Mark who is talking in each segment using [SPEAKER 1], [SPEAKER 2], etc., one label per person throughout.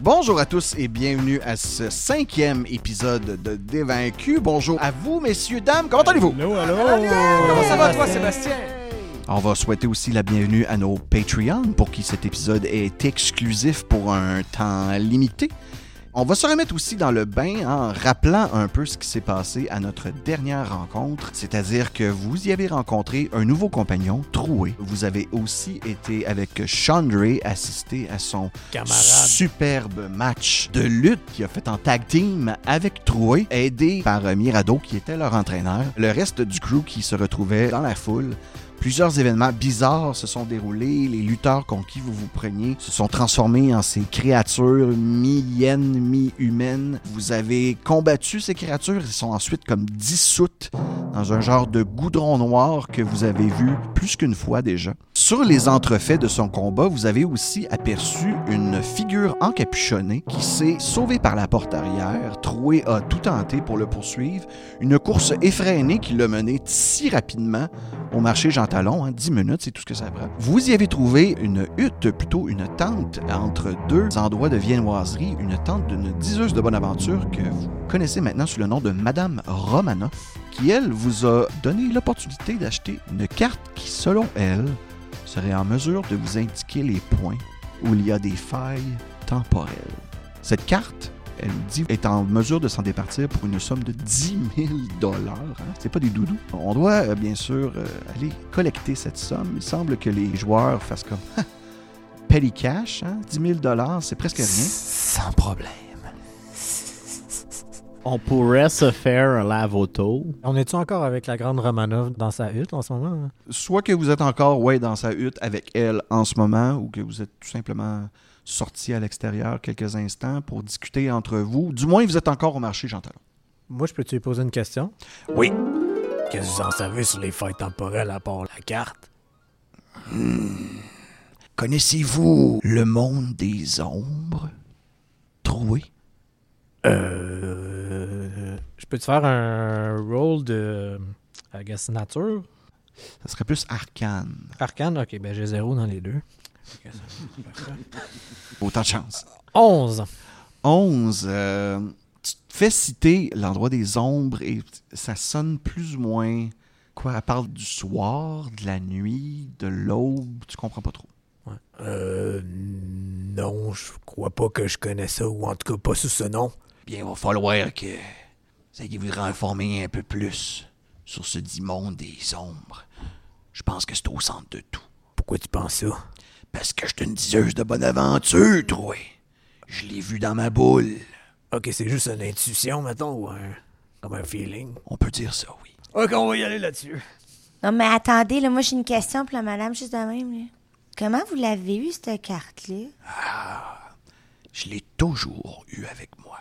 [SPEAKER 1] Bonjour à tous et bienvenue à ce cinquième épisode de Dévaincu. Bonjour à vous, messieurs, dames. Comment allez-vous?
[SPEAKER 2] Allô, allô!
[SPEAKER 3] Comment ça va, toi, Sébastien?
[SPEAKER 1] On va souhaiter aussi la bienvenue à nos Patreons pour qui cet épisode est exclusif pour un temps limité. On va se remettre aussi dans le bain en rappelant un peu ce qui s'est passé à notre dernière rencontre, c'est-à-dire que vous y avez rencontré un nouveau compagnon, Troué. Vous avez aussi été avec Chandray assister à son
[SPEAKER 2] Camarade.
[SPEAKER 1] superbe match de lutte qu'il a fait en tag team avec Troué, aidé par euh, Mirado qui était leur entraîneur. Le reste du crew qui se retrouvait dans la foule. Plusieurs événements bizarres se sont déroulés. Les lutteurs contre qui vous vous preniez se sont transformés en ces créatures mi-hyènes, mi-humaines. Vous avez combattu ces créatures. Ils sont ensuite comme dissoutes dans un genre de goudron noir que vous avez vu plus qu'une fois déjà. Sur les entrefaits de son combat, vous avez aussi aperçu une figure encapuchonnée qui s'est sauvée par la porte arrière. Troué a tout tenté pour le poursuivre. Une course effrénée qui l'a mené si rapidement au marché Jean Talon, hein, 10 minutes, c'est tout ce que ça prend. Vous y avez trouvé une hutte, plutôt une tente, entre deux endroits de viennoiserie, une tente d'une diseuse de bonne aventure que vous connaissez maintenant sous le nom de Madame Romanoff, qui, elle, vous a donné l'opportunité d'acheter une carte qui, selon elle, serait en mesure de vous indiquer les points où il y a des failles temporelles. Cette carte, elle dit, est en mesure de s'en départir pour une somme de 10 000 dollars. hein. C'est pas des doudous. On doit euh, bien sûr euh, aller collecter cette somme. Il semble que les joueurs fassent comme Ah, petty cash, hein? 10 000 dollars, c'est presque rien.
[SPEAKER 3] Sans problème.
[SPEAKER 4] On pourrait se faire un lave auto.
[SPEAKER 2] On est-tu encore avec la grande Romanov dans sa hutte en ce moment? hein?
[SPEAKER 1] Soit que vous êtes encore ouais dans sa hutte avec elle en ce moment, ou que vous êtes tout simplement sorti à l'extérieur quelques instants pour discuter entre vous. Du moins, vous êtes encore au marché, Jean Talon.
[SPEAKER 2] Moi, je peux-tu lui poser une question?
[SPEAKER 1] Oui.
[SPEAKER 3] Qu'est-ce que vous en savez sur les failles temporelles à part la carte?
[SPEAKER 1] Connaissez-vous le monde des ombres? Troué.
[SPEAKER 2] Euh, je peux-tu faire un rôle de. euh, I guess nature?
[SPEAKER 1] Ça serait plus arcane.
[SPEAKER 2] Arcane? Ok, ben j'ai zéro dans les deux.
[SPEAKER 1] Autant de chance.
[SPEAKER 2] 11.
[SPEAKER 1] 11. euh, tu te fais citer l'endroit des ombres et ça sonne plus ou moins. Quoi, elle parle du soir, de la nuit, de l'aube, tu comprends pas trop.
[SPEAKER 3] Euh. Non, je crois pas que je connais ça, ou en tout cas pas sous ce nom.
[SPEAKER 1] Bien, il va falloir que ça qui vous informer un peu plus sur ce dit monde des ombres. Je pense que c'est au centre de tout.
[SPEAKER 3] Pourquoi tu penses ça?
[SPEAKER 1] Parce que je suis une diseuse de bonne aventure, toi. Je l'ai vu dans ma boule.
[SPEAKER 3] Ok, c'est juste une intuition, mettons, ou un. comme un feeling.
[SPEAKER 1] On peut dire ça, oui.
[SPEAKER 3] Ok, on va y aller là-dessus.
[SPEAKER 5] Non, mais attendez, là, moi, j'ai une question pour la madame, juste de même. Là. Comment vous l'avez eu, cette carte-là?
[SPEAKER 1] Je l'ai toujours eu avec moi.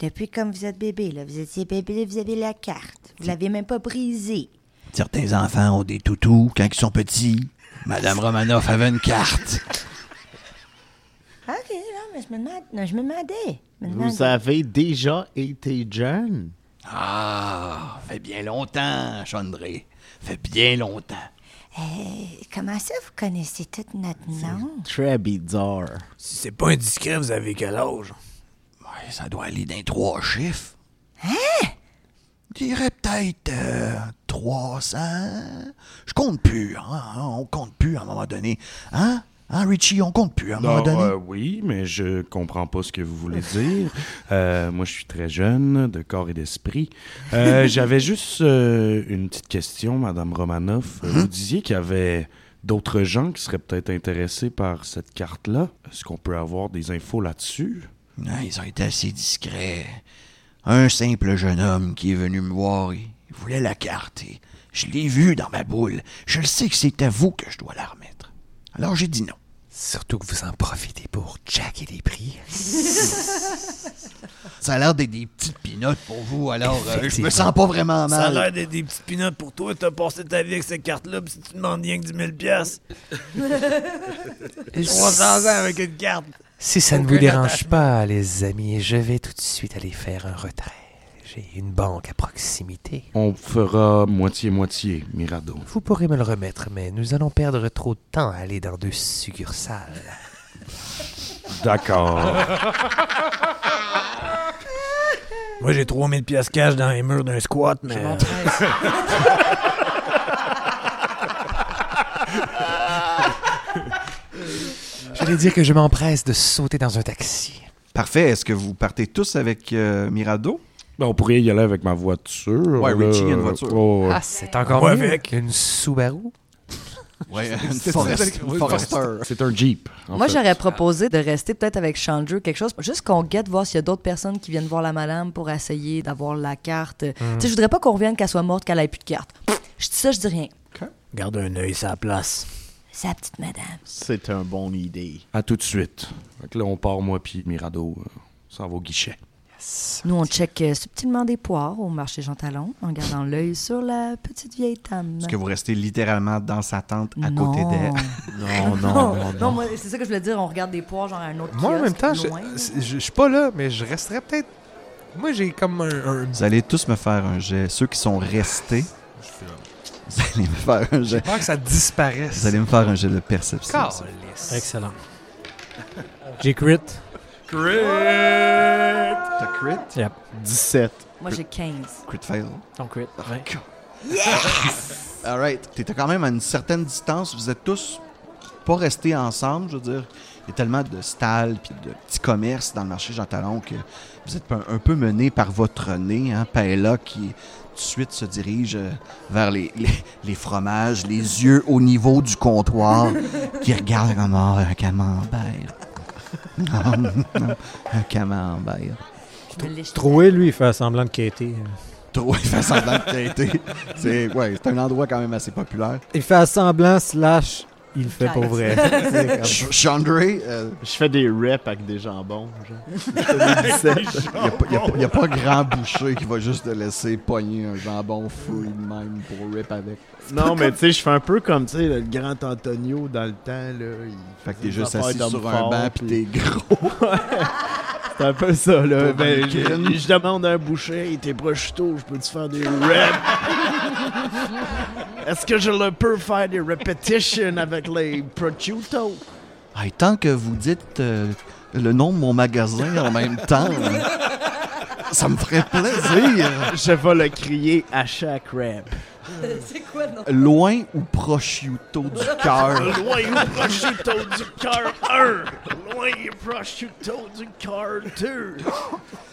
[SPEAKER 5] Depuis comme vous êtes bébé, là. Vous étiez bébé, vous avez la carte. Vous l'avez même pas brisée.
[SPEAKER 1] Certains enfants ont des toutous quand ils sont petits. Madame Romanoff avait une carte.
[SPEAKER 5] OK, non, mais je me demande- non, je me demandais. Je me demandais.
[SPEAKER 4] Vous avez déjà été jeune?
[SPEAKER 1] Ah, fait bien longtemps, Chandré. Fait bien longtemps.
[SPEAKER 5] Euh, comment ça, vous connaissez tout notre nom?
[SPEAKER 4] Très bizarre.
[SPEAKER 3] Si c'est pas indiscret, vous avez quel âge?
[SPEAKER 1] Ouais, ça doit aller d'un trois chiffres. Hein? Je dirais peut-être euh, 300. Je compte plus, hein? On compte plus à un moment donné. Hein? Hein, Richie, on compte plus à un moment
[SPEAKER 6] Non,
[SPEAKER 1] donné.
[SPEAKER 6] euh, oui, mais je comprends pas ce que vous voulez dire. Euh, moi, je suis très jeune, de corps et d'esprit. Euh, J'avais juste euh, une petite question, Madame Romanoff. Euh,
[SPEAKER 1] Hein?
[SPEAKER 6] Vous disiez qu'il y avait d'autres gens qui seraient peut-être intéressés par cette carte-là. Est-ce qu'on peut avoir des infos là-dessus?
[SPEAKER 1] Non, Ah, ils ont été assez discrets. Un simple jeune homme qui est venu me voir, il il voulait la carte et je l'ai vu dans ma boule. Je le sais que c'est à vous que je dois la remettre. Alors j'ai dit non.
[SPEAKER 3] Surtout que vous en profitez pour jacker les prix.
[SPEAKER 1] Ça a l'air d'être des petites pinottes pour vous, alors
[SPEAKER 3] euh,
[SPEAKER 1] je me sens pas vraiment
[SPEAKER 3] Ça a
[SPEAKER 1] mal.
[SPEAKER 3] l'air d'être des petites pinottes pour toi. T'as passé ta vie avec cette carte-là, pis si tu demandes rien que 10 000 piastres. 300 ans avec une carte.
[SPEAKER 7] Si ça ne
[SPEAKER 3] Aucun
[SPEAKER 7] vous dérange pas, les amis, je vais tout de suite aller faire un retrait. J'ai une banque à proximité.
[SPEAKER 6] On fera moitié-moitié, Mirado.
[SPEAKER 7] Vous pourrez me le remettre, mais nous allons perdre trop de temps à aller dans deux succursales.
[SPEAKER 6] D'accord.
[SPEAKER 3] Moi, j'ai 3000 pièces cash dans les murs d'un squat, mais.
[SPEAKER 8] euh,
[SPEAKER 7] J'allais dire que je m'empresse de sauter dans un taxi.
[SPEAKER 1] Parfait. Est-ce que vous partez tous avec euh, Mirado?
[SPEAKER 6] Ben, on pourrait y aller avec ma voiture.
[SPEAKER 1] Ouais,
[SPEAKER 6] là. Oh,
[SPEAKER 1] Richie a une voiture.
[SPEAKER 6] Ouais, ouais.
[SPEAKER 7] Ah, c'est encore
[SPEAKER 3] Ouais,
[SPEAKER 7] mieux
[SPEAKER 3] avec.
[SPEAKER 7] qu'une Subaru.
[SPEAKER 1] Oui, une
[SPEAKER 6] Forest-
[SPEAKER 1] Forester.
[SPEAKER 6] C'est un Jeep. en
[SPEAKER 9] Moi,
[SPEAKER 6] fait.
[SPEAKER 9] j'aurais proposé de rester peut-être avec Chandru, quelque chose, juste qu'on guette, voir s'il y a d'autres personnes qui viennent voir la madame pour essayer d'avoir la carte.
[SPEAKER 3] Hmm.
[SPEAKER 9] Tu sais, je voudrais pas qu'on revienne qu'elle soit morte, qu'elle ait plus de carte. Pff, Je dis ça, je dis rien.
[SPEAKER 3] Garde un œil sur la place.
[SPEAKER 5] Sa petite madame.
[SPEAKER 4] C'est une bonne idée.
[SPEAKER 6] À tout de suite. Fait que là, on part, moi, puis Mirado. euh, Ça va au guichet.
[SPEAKER 9] Nous, on check euh, subtilement des poires au marché Jean Talon en gardant l'œil sur la petite vieille dame.
[SPEAKER 1] Est-ce que vous restez littéralement dans sa tente à côté
[SPEAKER 9] Non.
[SPEAKER 1] d'elle?
[SPEAKER 4] Non,
[SPEAKER 9] Non, non, moi, c'est ça que je voulais dire, on regarde des poires genre à un autre
[SPEAKER 7] Moi, en
[SPEAKER 9] kiosque,
[SPEAKER 7] même temps, je,
[SPEAKER 9] loin, là.
[SPEAKER 7] c'est- je, je suis pas là, mais je resterais peut-être. Moi, j'ai comme un. un-
[SPEAKER 1] Vous allez tous me faire un jet. Ceux qui sont restés, vous allez me faire un jet.
[SPEAKER 7] J'ai peur que ça disparaisse.
[SPEAKER 1] Vous allez me faire un jet de perception. ça.
[SPEAKER 7] Calisse.
[SPEAKER 2] Excellent. J'ai crit.
[SPEAKER 1] T'as crit?
[SPEAKER 4] 17.
[SPEAKER 9] Moi, j'ai 15.
[SPEAKER 1] Crit fail.
[SPEAKER 2] On crit. Ouais.
[SPEAKER 1] All right. T'étais quand même à une certaine distance. Vous êtes tous pas restés ensemble, je veux dire. Il y a tellement de stalles puis de petits commerces dans le marché Jean Talon que vous êtes un, un peu menés par votre nez. Hein? Paella qui tout de suite se dirige euh, vers les, les, les fromages, les yeux au niveau du comptoir, qui regarde comme Ah, un camembert. un camembert.
[SPEAKER 9] Je me lèche.
[SPEAKER 2] Troué, lui, il fait semblant de quêter. hein.
[SPEAKER 1] Trop, il fait semblant de quêter. C'est ouais, c'est un endroit quand même assez populaire.
[SPEAKER 2] Il fait semblant, slash, il fait
[SPEAKER 9] pour
[SPEAKER 2] pour vrai.
[SPEAKER 1] Ch- Chandray, euh,
[SPEAKER 4] Je fais des reps avec des jambons. genre.
[SPEAKER 1] Il n'y a, pas grand boucher qui va juste te laisser pogner un jambon fou de même pour rip avec.
[SPEAKER 4] Non, mais tu sais, je fais un peu comme tu sais, le grand Antonio dans le temps. Là, il
[SPEAKER 1] Fait que
[SPEAKER 4] faisait
[SPEAKER 1] t'es juste
[SPEAKER 4] des affaires
[SPEAKER 1] assis
[SPEAKER 4] d'homme
[SPEAKER 1] sur un
[SPEAKER 4] fort,
[SPEAKER 1] banc pis
[SPEAKER 4] puis-
[SPEAKER 1] t'es gros.
[SPEAKER 4] C'est un peu ça, là.
[SPEAKER 1] Pauvre
[SPEAKER 4] Ben, je,
[SPEAKER 1] Anakin.
[SPEAKER 4] je demande à un boucher, t'es prosciutto, je peux-tu faire des reps? Est-ce que je le peux faire des repetitions avec les prosciutto?
[SPEAKER 1] Hey, Ben, tant que vous dites euh, le nom de mon magasin en même temps, euh, ça me ferait plaisir.
[SPEAKER 4] Je vais le crier à chaque rep.
[SPEAKER 9] C'est quoi, non?
[SPEAKER 1] Loin ou prosciutto du cœur.
[SPEAKER 4] Loin du prosciutto du cœur 1! Loin du prosciutto du cœur 2!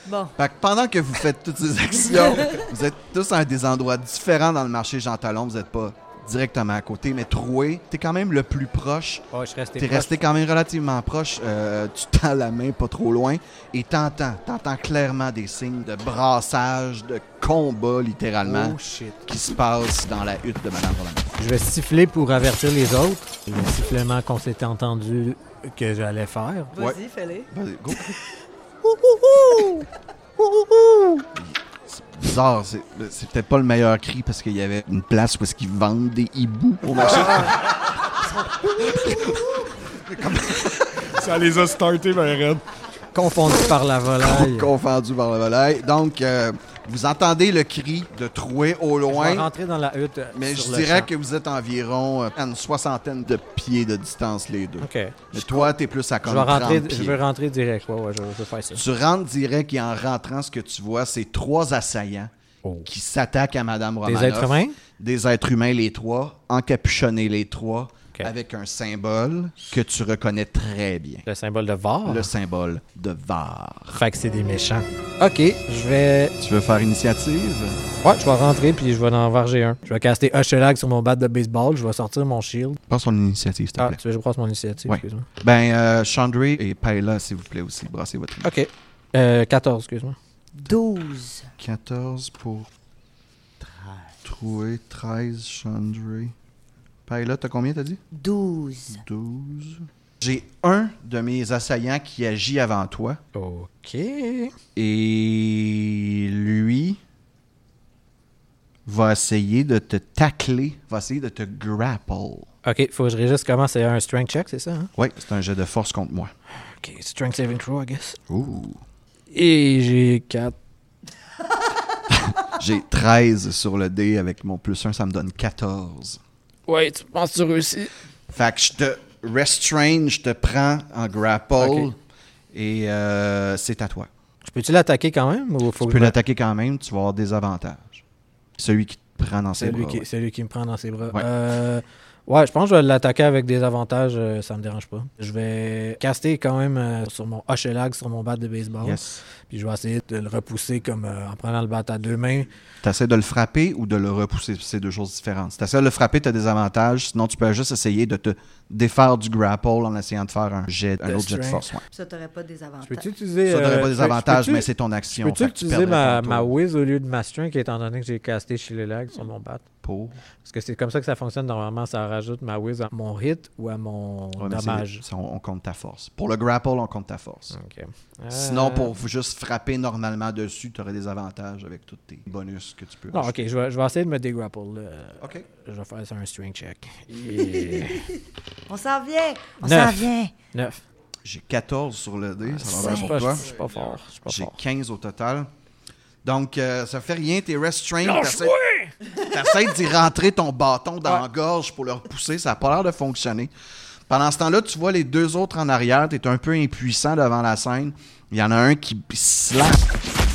[SPEAKER 9] Bon,
[SPEAKER 1] Fait que pendant que vous faites toutes ces actions, vous êtes tous à des endroits différents dans le marché Jean Talon. Vous n'êtes pas directement à côté, mais troué. T'es quand même le plus proche
[SPEAKER 2] Ouais, Oh, je reste
[SPEAKER 1] T'es resté quand même relativement proche. euh, tu tends la main pas trop loin et t'entends, t'entends clairement des signes de brassage, de combat littéralement
[SPEAKER 2] Oh shit.
[SPEAKER 1] qui se passe dans la hutte de Madame Romanoff.
[SPEAKER 2] Je vais siffler pour avertir les autres. Le sifflement qu'on s'était entendu que j'allais faire.
[SPEAKER 1] vas-y,
[SPEAKER 9] fais-le.
[SPEAKER 1] Vas-y, go. C'est bizarre, c'est, c'est peut-être pas le meilleur cri parce qu'il y avait une place où est-ce qu'ils vendent des hiboux pour marcher.
[SPEAKER 6] Ça les a startés, ben, Marianne.
[SPEAKER 2] Confondu par la volaille.
[SPEAKER 1] Confondus par le volaille. Donc, euh, vous entendez le cri de troué au
[SPEAKER 2] On va
[SPEAKER 1] loin.
[SPEAKER 2] rentrer dans la hutte. euh,
[SPEAKER 1] Mais
[SPEAKER 2] sur
[SPEAKER 1] je
[SPEAKER 2] le
[SPEAKER 1] dirais
[SPEAKER 2] champ.
[SPEAKER 1] que vous êtes environ euh, à une soixantaine de pieds de distance les deux.
[SPEAKER 2] Ok.
[SPEAKER 1] Mais toi, t'es plus à
[SPEAKER 2] Je
[SPEAKER 1] comme
[SPEAKER 2] vais,
[SPEAKER 1] 30
[SPEAKER 2] rentrer, je
[SPEAKER 1] pieds.
[SPEAKER 2] vais rentrer direct. Ouais, ouais, je, je vais faire ça.
[SPEAKER 1] Tu rentres direct et en rentrant, ce que tu vois, c'est trois assaillants qui s'attaquent à Madame Romanoff.
[SPEAKER 2] Oh. Des êtres humains?
[SPEAKER 1] Des êtres humains, les trois, encapuchonnés les trois,
[SPEAKER 2] Ok.
[SPEAKER 1] avec un symbole que tu reconnais très bien.
[SPEAKER 2] Le symbole de Var.
[SPEAKER 1] Le symbole de Var.
[SPEAKER 2] Fait que c'est des méchants. Ok, je vais.
[SPEAKER 1] Tu veux faire initiative?
[SPEAKER 2] Ouais, je vais rentrer puis je vais en varger un. Je vais caster Huchelag sur mon bat de baseball. Je vais sortir mon shield.
[SPEAKER 1] Passe ton initiative, s'il te
[SPEAKER 2] Ah,
[SPEAKER 1] plaît.
[SPEAKER 2] tu veux, je brosse mon initiative,
[SPEAKER 1] Ouais.
[SPEAKER 2] excuse-moi.
[SPEAKER 1] Ben, euh, Chandray et Paella, s'il vous plaît aussi, brassez votre
[SPEAKER 2] Ok. Euh, 14, excuse-moi.
[SPEAKER 5] 12.
[SPEAKER 1] 14 pour Troué, 13, Chandray. Paella, t'as combien, t'as dit?
[SPEAKER 5] 12.
[SPEAKER 1] 12. J'ai un de mes assaillants qui agit avant toi.
[SPEAKER 2] Ok.
[SPEAKER 1] Et lui va essayer de te tacler, va essayer de te grapple.
[SPEAKER 2] Ok, faut que je réagisse comment c'est un strength check, c'est ça? Hein?
[SPEAKER 1] Oui, c'est un jeu de force contre moi.
[SPEAKER 2] Ok, strength saving throw, I guess.
[SPEAKER 1] Ouh.
[SPEAKER 2] Et j'ai 4.
[SPEAKER 1] J'ai 13 sur le dé avec mon plus 1, ça me donne 14.
[SPEAKER 2] Ouais, tu penses que tu réussis?
[SPEAKER 1] Fait que je te restrain, je te prends en grapple.
[SPEAKER 2] Ok.
[SPEAKER 1] Et euh, c'est à toi.
[SPEAKER 2] Je peux-tu l'attaquer quand même? Ou faut que
[SPEAKER 1] Tu peux
[SPEAKER 2] je me-
[SPEAKER 1] l'attaquer quand même, tu vas avoir des avantages. Celui qui te prend dans ses
[SPEAKER 2] Celui,
[SPEAKER 1] bras.
[SPEAKER 2] qui,
[SPEAKER 1] ouais.
[SPEAKER 2] celui qui me prend dans ses bras.
[SPEAKER 1] Ouais.
[SPEAKER 2] Euh, ouais, je pense que je vais l'attaquer avec des avantages, euh, ça me dérange pas. Je vais caster quand même euh, sur mon hochelag, sur mon bat de baseball.
[SPEAKER 1] Yes.
[SPEAKER 2] Puis je vais essayer de le repousser comme euh, en prenant le bat à deux mains.
[SPEAKER 1] Tu essaies de le frapper ou de le repousser, c'est deux choses différentes. Si tu essaies de le frapper, tu as des avantages. Sinon, tu peux juste essayer de te défaire du grapple en essayant de faire un jet, un
[SPEAKER 2] De
[SPEAKER 1] autre jet de
[SPEAKER 2] strength.
[SPEAKER 1] force. ouais.
[SPEAKER 9] Ça, t'aurais pas des
[SPEAKER 2] Je
[SPEAKER 9] avantages.
[SPEAKER 2] peux-tu utiliser.
[SPEAKER 1] Ça n'aurait
[SPEAKER 2] euh,
[SPEAKER 1] pas
[SPEAKER 2] je
[SPEAKER 1] des
[SPEAKER 2] peux- je
[SPEAKER 1] avantages,
[SPEAKER 2] peux-tu-
[SPEAKER 1] mais c'est ton
[SPEAKER 2] Je
[SPEAKER 1] action.
[SPEAKER 2] peux-tu
[SPEAKER 1] fait que tu
[SPEAKER 2] utiliser ma,
[SPEAKER 1] perdrais ton
[SPEAKER 2] ma
[SPEAKER 1] tour.
[SPEAKER 2] whiz au lieu de ma strength, étant donné que j'ai casté chez les lags sur mon bat?
[SPEAKER 1] Pour-
[SPEAKER 2] Parce que c'est comme ça que ça fonctionne. Normalement, ça rajoute ma whiz à mon hit ou à mon
[SPEAKER 1] Ouais, mais c'est-
[SPEAKER 2] dommage.
[SPEAKER 1] c'est- On, on compte ta force. Pour le grapple, on compte ta force.
[SPEAKER 2] Ok. Euh,
[SPEAKER 1] Sinon, pour juste frapper normalement dessus, tu aurais des avantages avec tous tes bonus que tu peux.
[SPEAKER 2] Non,
[SPEAKER 1] ajouter.
[SPEAKER 2] ok, je vais, je vais essayer de me dégrapple. là.
[SPEAKER 1] OK.
[SPEAKER 2] Je vais faire ça un string check.
[SPEAKER 9] On s'en vient!
[SPEAKER 5] On
[SPEAKER 2] Neuf.
[SPEAKER 5] s'en vient.
[SPEAKER 2] 9.
[SPEAKER 1] J'ai 14 sur le dé, ça va
[SPEAKER 5] c'est
[SPEAKER 1] bien pour
[SPEAKER 2] Je
[SPEAKER 1] toi.
[SPEAKER 2] suis pas fort. Je suis pas
[SPEAKER 1] J'ai
[SPEAKER 2] fort.
[SPEAKER 1] 15 au total. Donc, euh, ça fait rien, t'es restrained. T'essaies t'essaies d'y rentrer ton bâton dans la gorge pour le repousser. Ça n'a pas l'air de fonctionner. Pendant ce temps-là, tu vois les deux autres en arrière. T'es un peu impuissant devant la scène. Il y en a un qui slap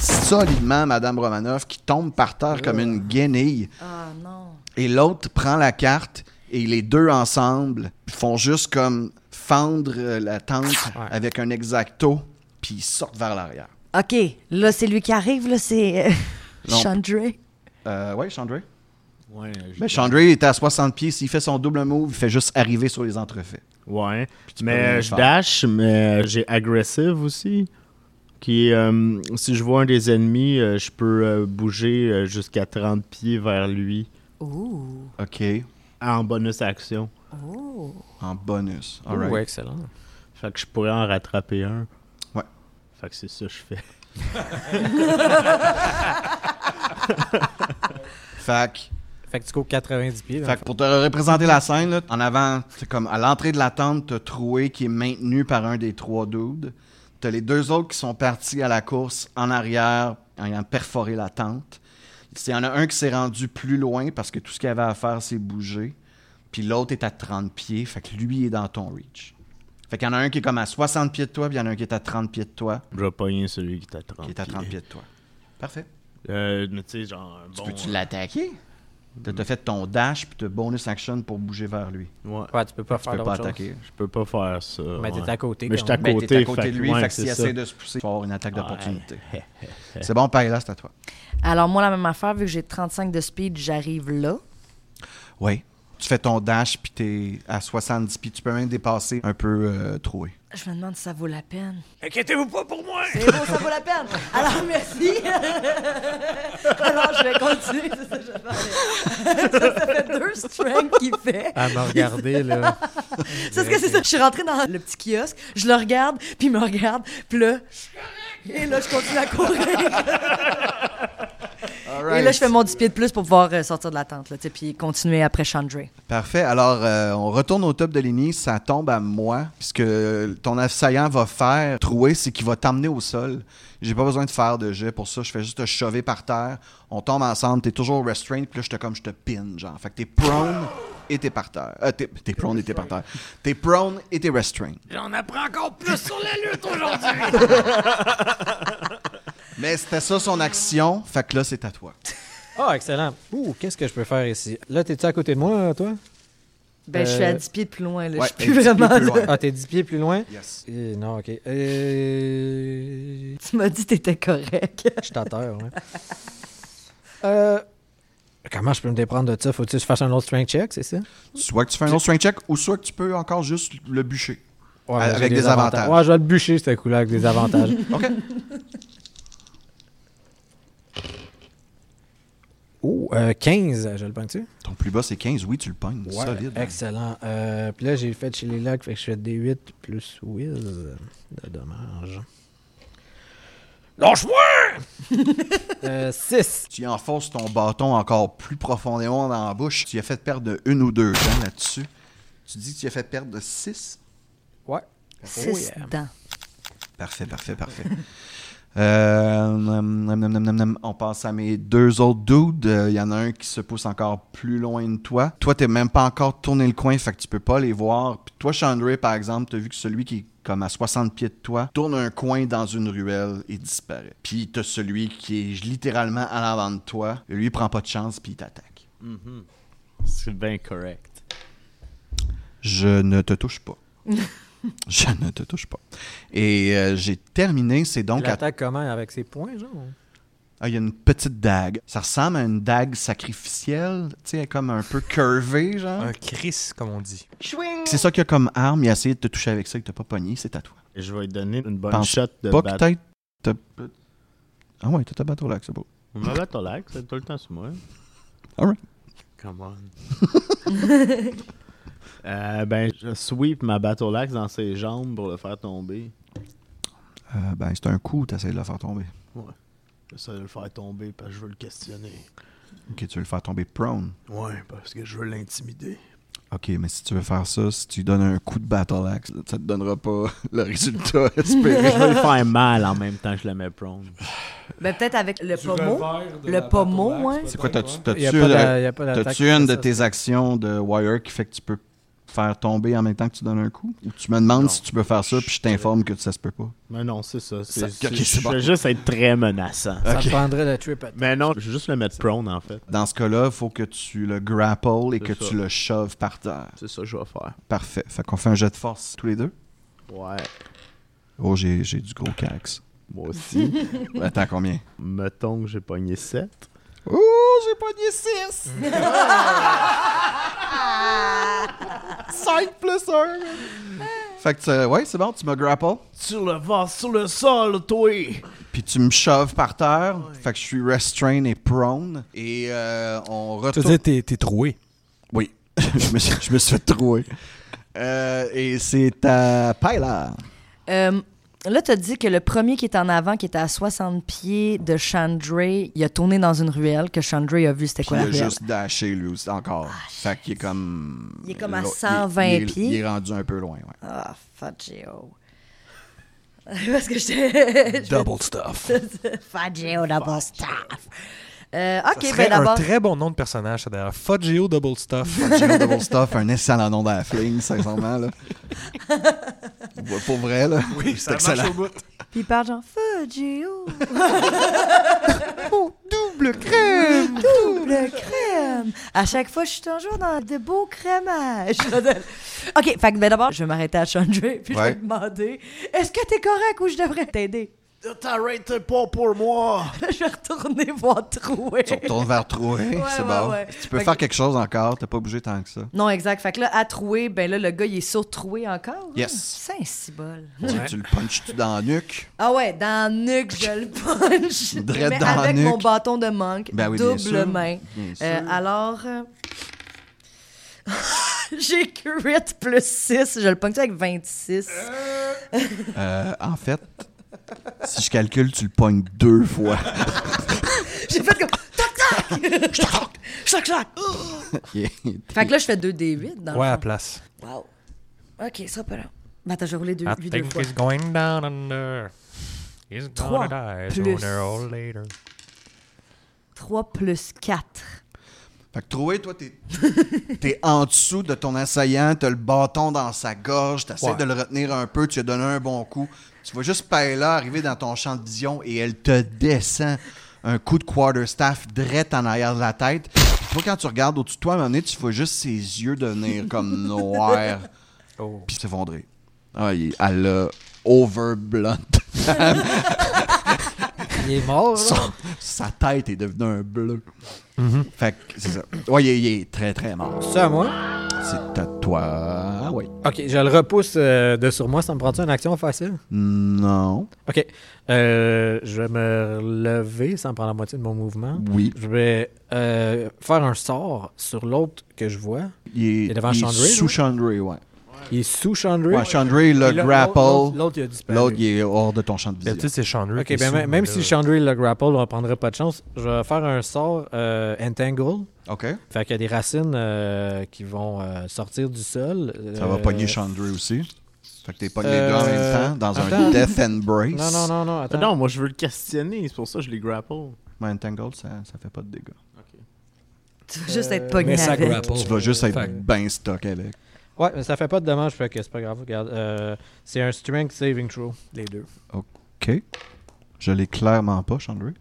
[SPEAKER 1] solidement Madame Romanoff, qui tombe par terre comme une guenille.
[SPEAKER 9] Ah non.
[SPEAKER 1] Et l'autre prend la carte et les deux ensemble font juste comme fendre euh, la tente avec un exacto, puis ils sortent vers l'arrière.
[SPEAKER 5] OK, là, c'est lui qui arrive, là, c'est... euh,
[SPEAKER 1] Non.
[SPEAKER 5] Chandra.
[SPEAKER 1] Euh, ouais, Chandray.
[SPEAKER 4] Ouais, euh,
[SPEAKER 1] Mais Chandray était à 60 pieds. S'il fait son double move, il fait juste arriver sur les entrefaits.
[SPEAKER 4] ouais.
[SPEAKER 1] peux rien
[SPEAKER 4] Mais je
[SPEAKER 1] faire.
[SPEAKER 4] dash, mais j'ai agressive aussi. Qui, est, euh, si je vois un des ennemis, euh, je peux euh, bouger euh, jusqu'à 30 pieds vers lui
[SPEAKER 9] Ouh.
[SPEAKER 1] OK.
[SPEAKER 4] en bonus action.
[SPEAKER 9] Oh.
[SPEAKER 1] En bonus. All
[SPEAKER 2] Ouh,
[SPEAKER 1] right.
[SPEAKER 2] excellent.
[SPEAKER 4] Fait que je pourrais en rattraper un.
[SPEAKER 1] Ouais.
[SPEAKER 4] Fait que c'est ça que je fais.
[SPEAKER 1] Fait que-
[SPEAKER 2] Fait que tu cours 90 pieds. dans
[SPEAKER 1] Fait que pour te représenter la scène, là, en avant, c'est comme à l'entrée de la tente, t'as Troué qui est maintenu par un des trois dudes. T'as les deux autres qui sont partis à la course en arrière, en ayant perforé la tente. Il y en a un qui s'est rendu plus loin parce que tout ce qu'il avait à faire, c'est bouger. Puis l'autre est à 30 pieds, fait que lui est dans ton reach. Fait qu'il y en a un qui est comme à 60 pieds de toi, puis il y en a un qui est à 30 pieds de toi,
[SPEAKER 4] Je vais pogner celui qui est à 30
[SPEAKER 1] qui est à 30
[SPEAKER 4] pieds.
[SPEAKER 1] pieds de toi. Parfait.
[SPEAKER 4] Euh, mais tu sais, genre un bon...
[SPEAKER 1] Peux-tu l'attaquer? T'as t'as fait ton dash, puis t'as bonus action pour bouger vers lui.
[SPEAKER 4] Ouais,
[SPEAKER 2] le- Ouais, tu peux pas
[SPEAKER 1] Tu
[SPEAKER 2] faire
[SPEAKER 1] peux
[SPEAKER 2] d'autre
[SPEAKER 1] pas
[SPEAKER 2] chose.
[SPEAKER 1] attaquer.
[SPEAKER 4] je peux pas faire ça.
[SPEAKER 2] Mais
[SPEAKER 4] ouais.
[SPEAKER 2] t'es à côté.
[SPEAKER 4] Mais
[SPEAKER 2] quand
[SPEAKER 4] j'étais à
[SPEAKER 2] même.
[SPEAKER 1] Ben,
[SPEAKER 4] côté,
[SPEAKER 1] t'es à côté
[SPEAKER 4] fait
[SPEAKER 1] de
[SPEAKER 4] que
[SPEAKER 1] lui,
[SPEAKER 4] ouais,
[SPEAKER 1] fait que s'il
[SPEAKER 4] c'est ça.
[SPEAKER 1] essaie de se pousser, il va avoir une attaque
[SPEAKER 4] Ouais.
[SPEAKER 1] d'opportunité. c'est bon, Paella, c'est à toi.
[SPEAKER 9] Alors, moi, la même affaire, vu que j'ai 35 de speed, j'arrive là.
[SPEAKER 1] Oui. Tu fais ton dash, puis t'es à 70, puis tu peux même dépasser un peu euh, troué.
[SPEAKER 9] Je me demande si ça vaut la peine.
[SPEAKER 4] Inquiétez-vous pas pour moi!
[SPEAKER 9] C'est bon, ça vaut la peine. Alors, merci. Alors, je vais continuer. C'est ça que je vais faire. Ça, ça fait deux strengths qu'il fait.
[SPEAKER 2] À me regarder, là.
[SPEAKER 9] C'est ce que c'est ça. Je suis rentrée dans le petit kiosque, je le regarde, puis il me regarde, puis là, et là, je continue à courir. Et là, je fais mon 10 pieds de plus pour pouvoir euh, sortir de la tente, là, tu sais, puis continuer après Chandray.
[SPEAKER 1] Parfait. Alors, euh, on retourne au top de l'ennemi. Ça tombe à moi. Ce que ton assaillant va faire, troué, c'est qu'il va t'emmener au sol. J'ai pas besoin de faire de jet pour ça. Je fais juste te chover par terre. On tombe ensemble. T'es toujours restrained. Puis là, je te, comme, je te pin, genre. Fait que t'es prone et t'es par terre. Euh, t'es, t'es prone et t'es par terre. T'es prone et t'es restrained.
[SPEAKER 4] J'en apprends encore plus sur la lutte aujourd'hui!
[SPEAKER 1] Mais c'était ça son action. Fait que là, c'est à toi.
[SPEAKER 2] Ah, excellent. Ouh, qu'est-ce que je peux faire ici? Là, t'es-tu à côté de moi, toi?
[SPEAKER 9] Ben, je suis
[SPEAKER 2] Euh,
[SPEAKER 9] à 10 pieds de plus loin, là.
[SPEAKER 1] ouais,
[SPEAKER 9] je suis plus
[SPEAKER 1] un petit peu
[SPEAKER 9] vraiment.
[SPEAKER 1] plus loin.
[SPEAKER 2] Ah, t'es 10 pieds plus loin?
[SPEAKER 1] Yes.
[SPEAKER 2] Eh, non, ok. Euh...
[SPEAKER 9] Tu m'as dit que t'étais correct.
[SPEAKER 2] Je suis à terre, ouais. Euh, Comment je peux me déprendre de ça? Faut-tu que je fasse un autre strength check, c'est ça?
[SPEAKER 1] Soit que tu fais un autre strength check ou soit que tu peux encore juste le bûcher.
[SPEAKER 2] Ouais,
[SPEAKER 1] Avec
[SPEAKER 2] j'ai
[SPEAKER 1] des avantages.
[SPEAKER 2] Ouais, je vais le bûcher, ce coup-là, avec des avantages.
[SPEAKER 1] OK.
[SPEAKER 2] oh, euh, 15, je le pogne-tu?
[SPEAKER 1] Ton plus bas, c'est 15. Oui, tu le pognes. Solide. hein.
[SPEAKER 2] Excellent. Euh, Puis là, j'ai fait chez les lacs, fait que je fais D8 plus Wiz. De dommage. Lâche-moi! Euh, 6.
[SPEAKER 1] Tu y enfonces ton bâton encore plus profondément dans la bouche. Tu y as fait perdre de une ou deux dents là-dessus. Tu dis que tu y as fait perdre de six.
[SPEAKER 2] ouais.
[SPEAKER 9] Six dents.
[SPEAKER 1] Parfait, parfait, parfait. Euh, hum, hum, hum, hum, hum, on passe à mes deux autres dudes. Euh, Il y en a un qui se pousse encore plus loin de toi. Toi, t'es même pas encore tourné le coin, fait que tu peux pas les voir. Puis toi, Chandray, par exemple, t'as vu que celui qui est comme à 60 pieds de toi, tourne un coin dans une ruelle et disparaît. Puis t'as celui qui est littéralement à l'avant de toi. Lui, il prend pas de chance, puis il t'attaque.
[SPEAKER 4] C'est bien correct.
[SPEAKER 1] Je ne te touche pas. Je ne te touche pas. Et euh, j'ai terminé. C'est
[SPEAKER 2] Il
[SPEAKER 1] donc à
[SPEAKER 2] attaque comment Avec ses poings, genre
[SPEAKER 1] Ah, il y a une petite dague. Ça ressemble à une dague sacrificielle, tu sais, elle est comme un peu curvée, genre.
[SPEAKER 7] Un Chris, comme on dit.
[SPEAKER 1] C'est ça qu'il y a comme arme. Il a essayé de te toucher avec ça, il t'a pas pogné, c'est à toi.
[SPEAKER 4] Et je vais lui donner une bonne
[SPEAKER 1] Pense
[SPEAKER 4] shot de
[SPEAKER 1] pas que
[SPEAKER 4] bat-
[SPEAKER 1] peut-être. t'as- Ah ouais, t'as ta bateau là, c'est beau.
[SPEAKER 4] Ma batte au lac, c'est tout le temps sur moi.
[SPEAKER 1] Alright.
[SPEAKER 6] Come on.
[SPEAKER 4] Euh, ben, je sweep ma battle axe dans ses jambes pour le faire tomber.
[SPEAKER 1] Euh, ben, c'est un coup, t'essayes de le faire tomber.
[SPEAKER 4] J'essaie de le faire tomber parce que je veux le questionner.
[SPEAKER 1] Ok, tu veux le faire tomber prone.
[SPEAKER 4] Ouais, parce que je veux l'intimider.
[SPEAKER 1] Ok, mais si tu veux faire ça, si tu lui donnes un coup de battle axe, ça te donnera pas le résultat espéré.
[SPEAKER 4] Je veux le faire mal en même temps que je le mets prone.
[SPEAKER 9] Ben, peut-être avec le pommeau. le pommeau, ouais.
[SPEAKER 1] C'est quoi, t'as-tu
[SPEAKER 2] Il n'y a,
[SPEAKER 1] t'as-tu,
[SPEAKER 2] pas
[SPEAKER 1] euh,
[SPEAKER 2] d'a- y a pas d'attaque.
[SPEAKER 1] T'as-tu une
[SPEAKER 2] comme
[SPEAKER 1] de
[SPEAKER 2] ça.
[SPEAKER 1] tes actions de Wire qui fait que tu peux faire tomber en même temps que tu donnes un coup? Ou tu me demandes
[SPEAKER 4] Non.
[SPEAKER 1] si tu peux faire ça, puis je t'informe que ça se peut pas.
[SPEAKER 4] Mais non, c'est ça.
[SPEAKER 1] Ça-
[SPEAKER 4] C'est,
[SPEAKER 1] ok,
[SPEAKER 4] c'est-
[SPEAKER 1] c'est
[SPEAKER 4] je
[SPEAKER 1] bon.
[SPEAKER 4] veux juste être très menaçant.
[SPEAKER 2] Ça te prendrait le trip attack.
[SPEAKER 4] Euh, Mais non, je veux juste le mettre prone en fait.
[SPEAKER 1] Dans ce cas-là, il faut que tu le grapples et
[SPEAKER 4] C'est
[SPEAKER 1] que
[SPEAKER 4] ça.
[SPEAKER 1] tu le choves par terre.
[SPEAKER 4] C'est ça que je vais faire.
[SPEAKER 1] Parfait. Fait qu'on fait un jet de force tous les deux.
[SPEAKER 4] Ouais,
[SPEAKER 1] Oh, j'ai j'ai du gros cax.
[SPEAKER 4] moi aussi.
[SPEAKER 1] Attends, combien?
[SPEAKER 4] Mettons que j'ai pogné 7.
[SPEAKER 1] Oh, j'ai pogné 6! 5 plus 1! Fait que, tu- ouais, c'est bon, tu me grapples.
[SPEAKER 4] Sur le vent, sur le sol, toi!
[SPEAKER 1] Puis tu me choves par terre. Fait que je suis restrained et prone. Et euh, on
[SPEAKER 7] Tu
[SPEAKER 1] retourne.
[SPEAKER 7] veux dire, t'es, t'es troué.
[SPEAKER 1] Oui, je, me suis, je me suis fait trouer. Euh, et c'est ta paille là.
[SPEAKER 9] Euh, là, tu as dit que le premier qui est en avant, qui était à 60 pieds de Chandray, il a tourné dans une ruelle, que Chandray a vu c'était
[SPEAKER 1] Puis
[SPEAKER 9] quoi
[SPEAKER 1] il
[SPEAKER 9] la
[SPEAKER 1] a
[SPEAKER 9] ruelle.
[SPEAKER 1] juste dashé lui aussi encore. fait qu'il est comme.
[SPEAKER 9] Il est Ah, comme à
[SPEAKER 1] il- il-
[SPEAKER 9] 120
[SPEAKER 1] il est-
[SPEAKER 9] pieds.
[SPEAKER 1] Il est rendu un peu loin, ouais.
[SPEAKER 9] Ah, Fagio. Parce que j'étais.
[SPEAKER 7] Double stuff.
[SPEAKER 9] Fagio, d'abord, staff. Euh,
[SPEAKER 7] Ce
[SPEAKER 9] ok,
[SPEAKER 7] serait
[SPEAKER 9] ben
[SPEAKER 7] un
[SPEAKER 9] d'abord.
[SPEAKER 7] très bon nom de personnage, ça d'ailleurs. Fudgeo Double Stuff.
[SPEAKER 1] Jim Double Stuff, un excellent nom de la fling, sincèrement, là. Ouais, Pour vrai, là. Oui, c'est excellent.
[SPEAKER 9] Puis il parle genre Fagio.
[SPEAKER 1] Double crème!
[SPEAKER 9] Double crème. À chaque fois, je suis toujours dans de beaux crémages. ok, fait que ben d'abord, je vais m'arrêter à Chandray, puis
[SPEAKER 1] Ouais.
[SPEAKER 9] je vais demander est-ce que t'es correct ou je devrais t'aider
[SPEAKER 4] T'arrêtes pas pour moi!
[SPEAKER 9] Là, je vais retourner voir Troué.
[SPEAKER 1] Tu retournes vers Troué,
[SPEAKER 9] Ouais,
[SPEAKER 1] c'est
[SPEAKER 9] ouais,
[SPEAKER 1] bon.
[SPEAKER 9] ouais.
[SPEAKER 1] Tu peux
[SPEAKER 9] Fait
[SPEAKER 1] faire
[SPEAKER 9] que-
[SPEAKER 1] quelque chose encore, t'as pas bougé tant que ça.
[SPEAKER 9] Non, exact. Fait que là, à Troué, ben là, le gars, il est sur Troué encore.
[SPEAKER 1] Yes.
[SPEAKER 9] Hein? C'est un bol.
[SPEAKER 1] Tu, tu le punches-tu dans la nuque?
[SPEAKER 9] Ah ouais, dans le nuque, je le punch.
[SPEAKER 1] Drette
[SPEAKER 9] mais
[SPEAKER 1] dans le
[SPEAKER 9] avec
[SPEAKER 1] nuque.
[SPEAKER 9] mon bâton de manque,
[SPEAKER 1] Ben oui, bien
[SPEAKER 9] double
[SPEAKER 1] sûr.
[SPEAKER 9] main.
[SPEAKER 1] Bien sûr.
[SPEAKER 9] Euh, alors, euh, j'ai crit plus 6. Je le ponctue avec 26.
[SPEAKER 1] Euh, en fait, si je calcule, tu le pognes deux fois.
[SPEAKER 9] J'ai fait comme tac-tac! Chac-chac!
[SPEAKER 1] Yeah.
[SPEAKER 9] Fait que là, je fais 2 D8 dans
[SPEAKER 7] Ouais, à
[SPEAKER 9] le fond.
[SPEAKER 7] place.
[SPEAKER 9] Wow. OK, ça, pas là. Ben, attends, je vais rouler deux,
[SPEAKER 7] I
[SPEAKER 9] lui deux
[SPEAKER 7] think
[SPEAKER 9] fois.
[SPEAKER 7] he's going down under. He's
[SPEAKER 9] Trois
[SPEAKER 7] gonna die
[SPEAKER 9] plus.
[SPEAKER 7] sooner or later.
[SPEAKER 9] 3 plus 4.
[SPEAKER 1] Fait que Troué, toi, t'es t'es en dessous de ton assaillant, t'as le bâton dans sa gorge, t'essaies
[SPEAKER 7] Ouais.
[SPEAKER 1] de le retenir un peu, tu lui as donné un bon coup. Tu vois juste Paella arriver dans ton champ de vision et elle te descend un coup de quarterstaff direct en arrière de la tête. Toi, quand tu regardes au-dessus de toi, à un moment donné, tu vois juste ses yeux devenir comme noirs
[SPEAKER 2] Oh.
[SPEAKER 1] puis s'effondrer. Ah, il- elle a overblunt.
[SPEAKER 2] Il est mort. là.
[SPEAKER 1] Son- sa tête est devenue un bleu.
[SPEAKER 2] Mm-hmm.
[SPEAKER 1] Fait que c'est ça. Ouais, il, est- il est très très mort.
[SPEAKER 2] C'est à moi.
[SPEAKER 1] C'est à toi. Ah oui.
[SPEAKER 2] Ok, je le repousse euh, de sur moi. Ça me prend-tu une action facile?
[SPEAKER 1] Non.
[SPEAKER 2] Ok. Euh, je vais me lever. Ça me prend la moitié de mon mouvement.
[SPEAKER 1] Oui.
[SPEAKER 2] Je vais euh, faire un sort sur l'autre que je vois.
[SPEAKER 1] Il est,
[SPEAKER 2] Il est devant
[SPEAKER 1] il est
[SPEAKER 2] Chandray,
[SPEAKER 1] sous
[SPEAKER 2] là?
[SPEAKER 1] Chandray, ouais.
[SPEAKER 2] Il est sous Chandray.
[SPEAKER 1] Ouais, Chandray,
[SPEAKER 2] Et
[SPEAKER 1] le
[SPEAKER 2] l'autre-
[SPEAKER 1] grapple.
[SPEAKER 2] L'autre, il a disparu.
[SPEAKER 1] L'autre, il est hors de ton champ de vision.
[SPEAKER 7] D'habitude, c'est Chandra.
[SPEAKER 2] Ok, ben, même- même si Chandray le grapple, on prendrait pas de chance. Je vais faire un sort euh, Entangle.
[SPEAKER 1] OK.
[SPEAKER 2] Fait qu'il y a des racines euh, qui vont euh, sortir du sol.
[SPEAKER 1] Ça va
[SPEAKER 2] Euh,
[SPEAKER 1] pogner Chandray aussi. Fait que t'es pas les deux en même
[SPEAKER 2] Euh,
[SPEAKER 1] temps dans
[SPEAKER 2] attends.
[SPEAKER 1] un Death and Brace.
[SPEAKER 2] Non, non, non, non, attends.
[SPEAKER 4] Ah non, moi je veux le questionner, c'est pour ça que je les grapple.
[SPEAKER 1] Ouais, Entangled, ça, ça fait pas de dégâts.
[SPEAKER 9] Tu vas juste
[SPEAKER 2] Euh,
[SPEAKER 9] être pogné
[SPEAKER 2] Mais ça
[SPEAKER 9] avec.
[SPEAKER 2] grapple.
[SPEAKER 1] Tu vas juste être
[SPEAKER 8] Fait que-
[SPEAKER 1] bien stock avec.
[SPEAKER 2] Ouais, mais ça fait pas de dommage, fait que c'est pas grave. Regarde, euh, c'est un strength saving throw, les deux.
[SPEAKER 1] OK. Je l'ai clairement pas, Chandler.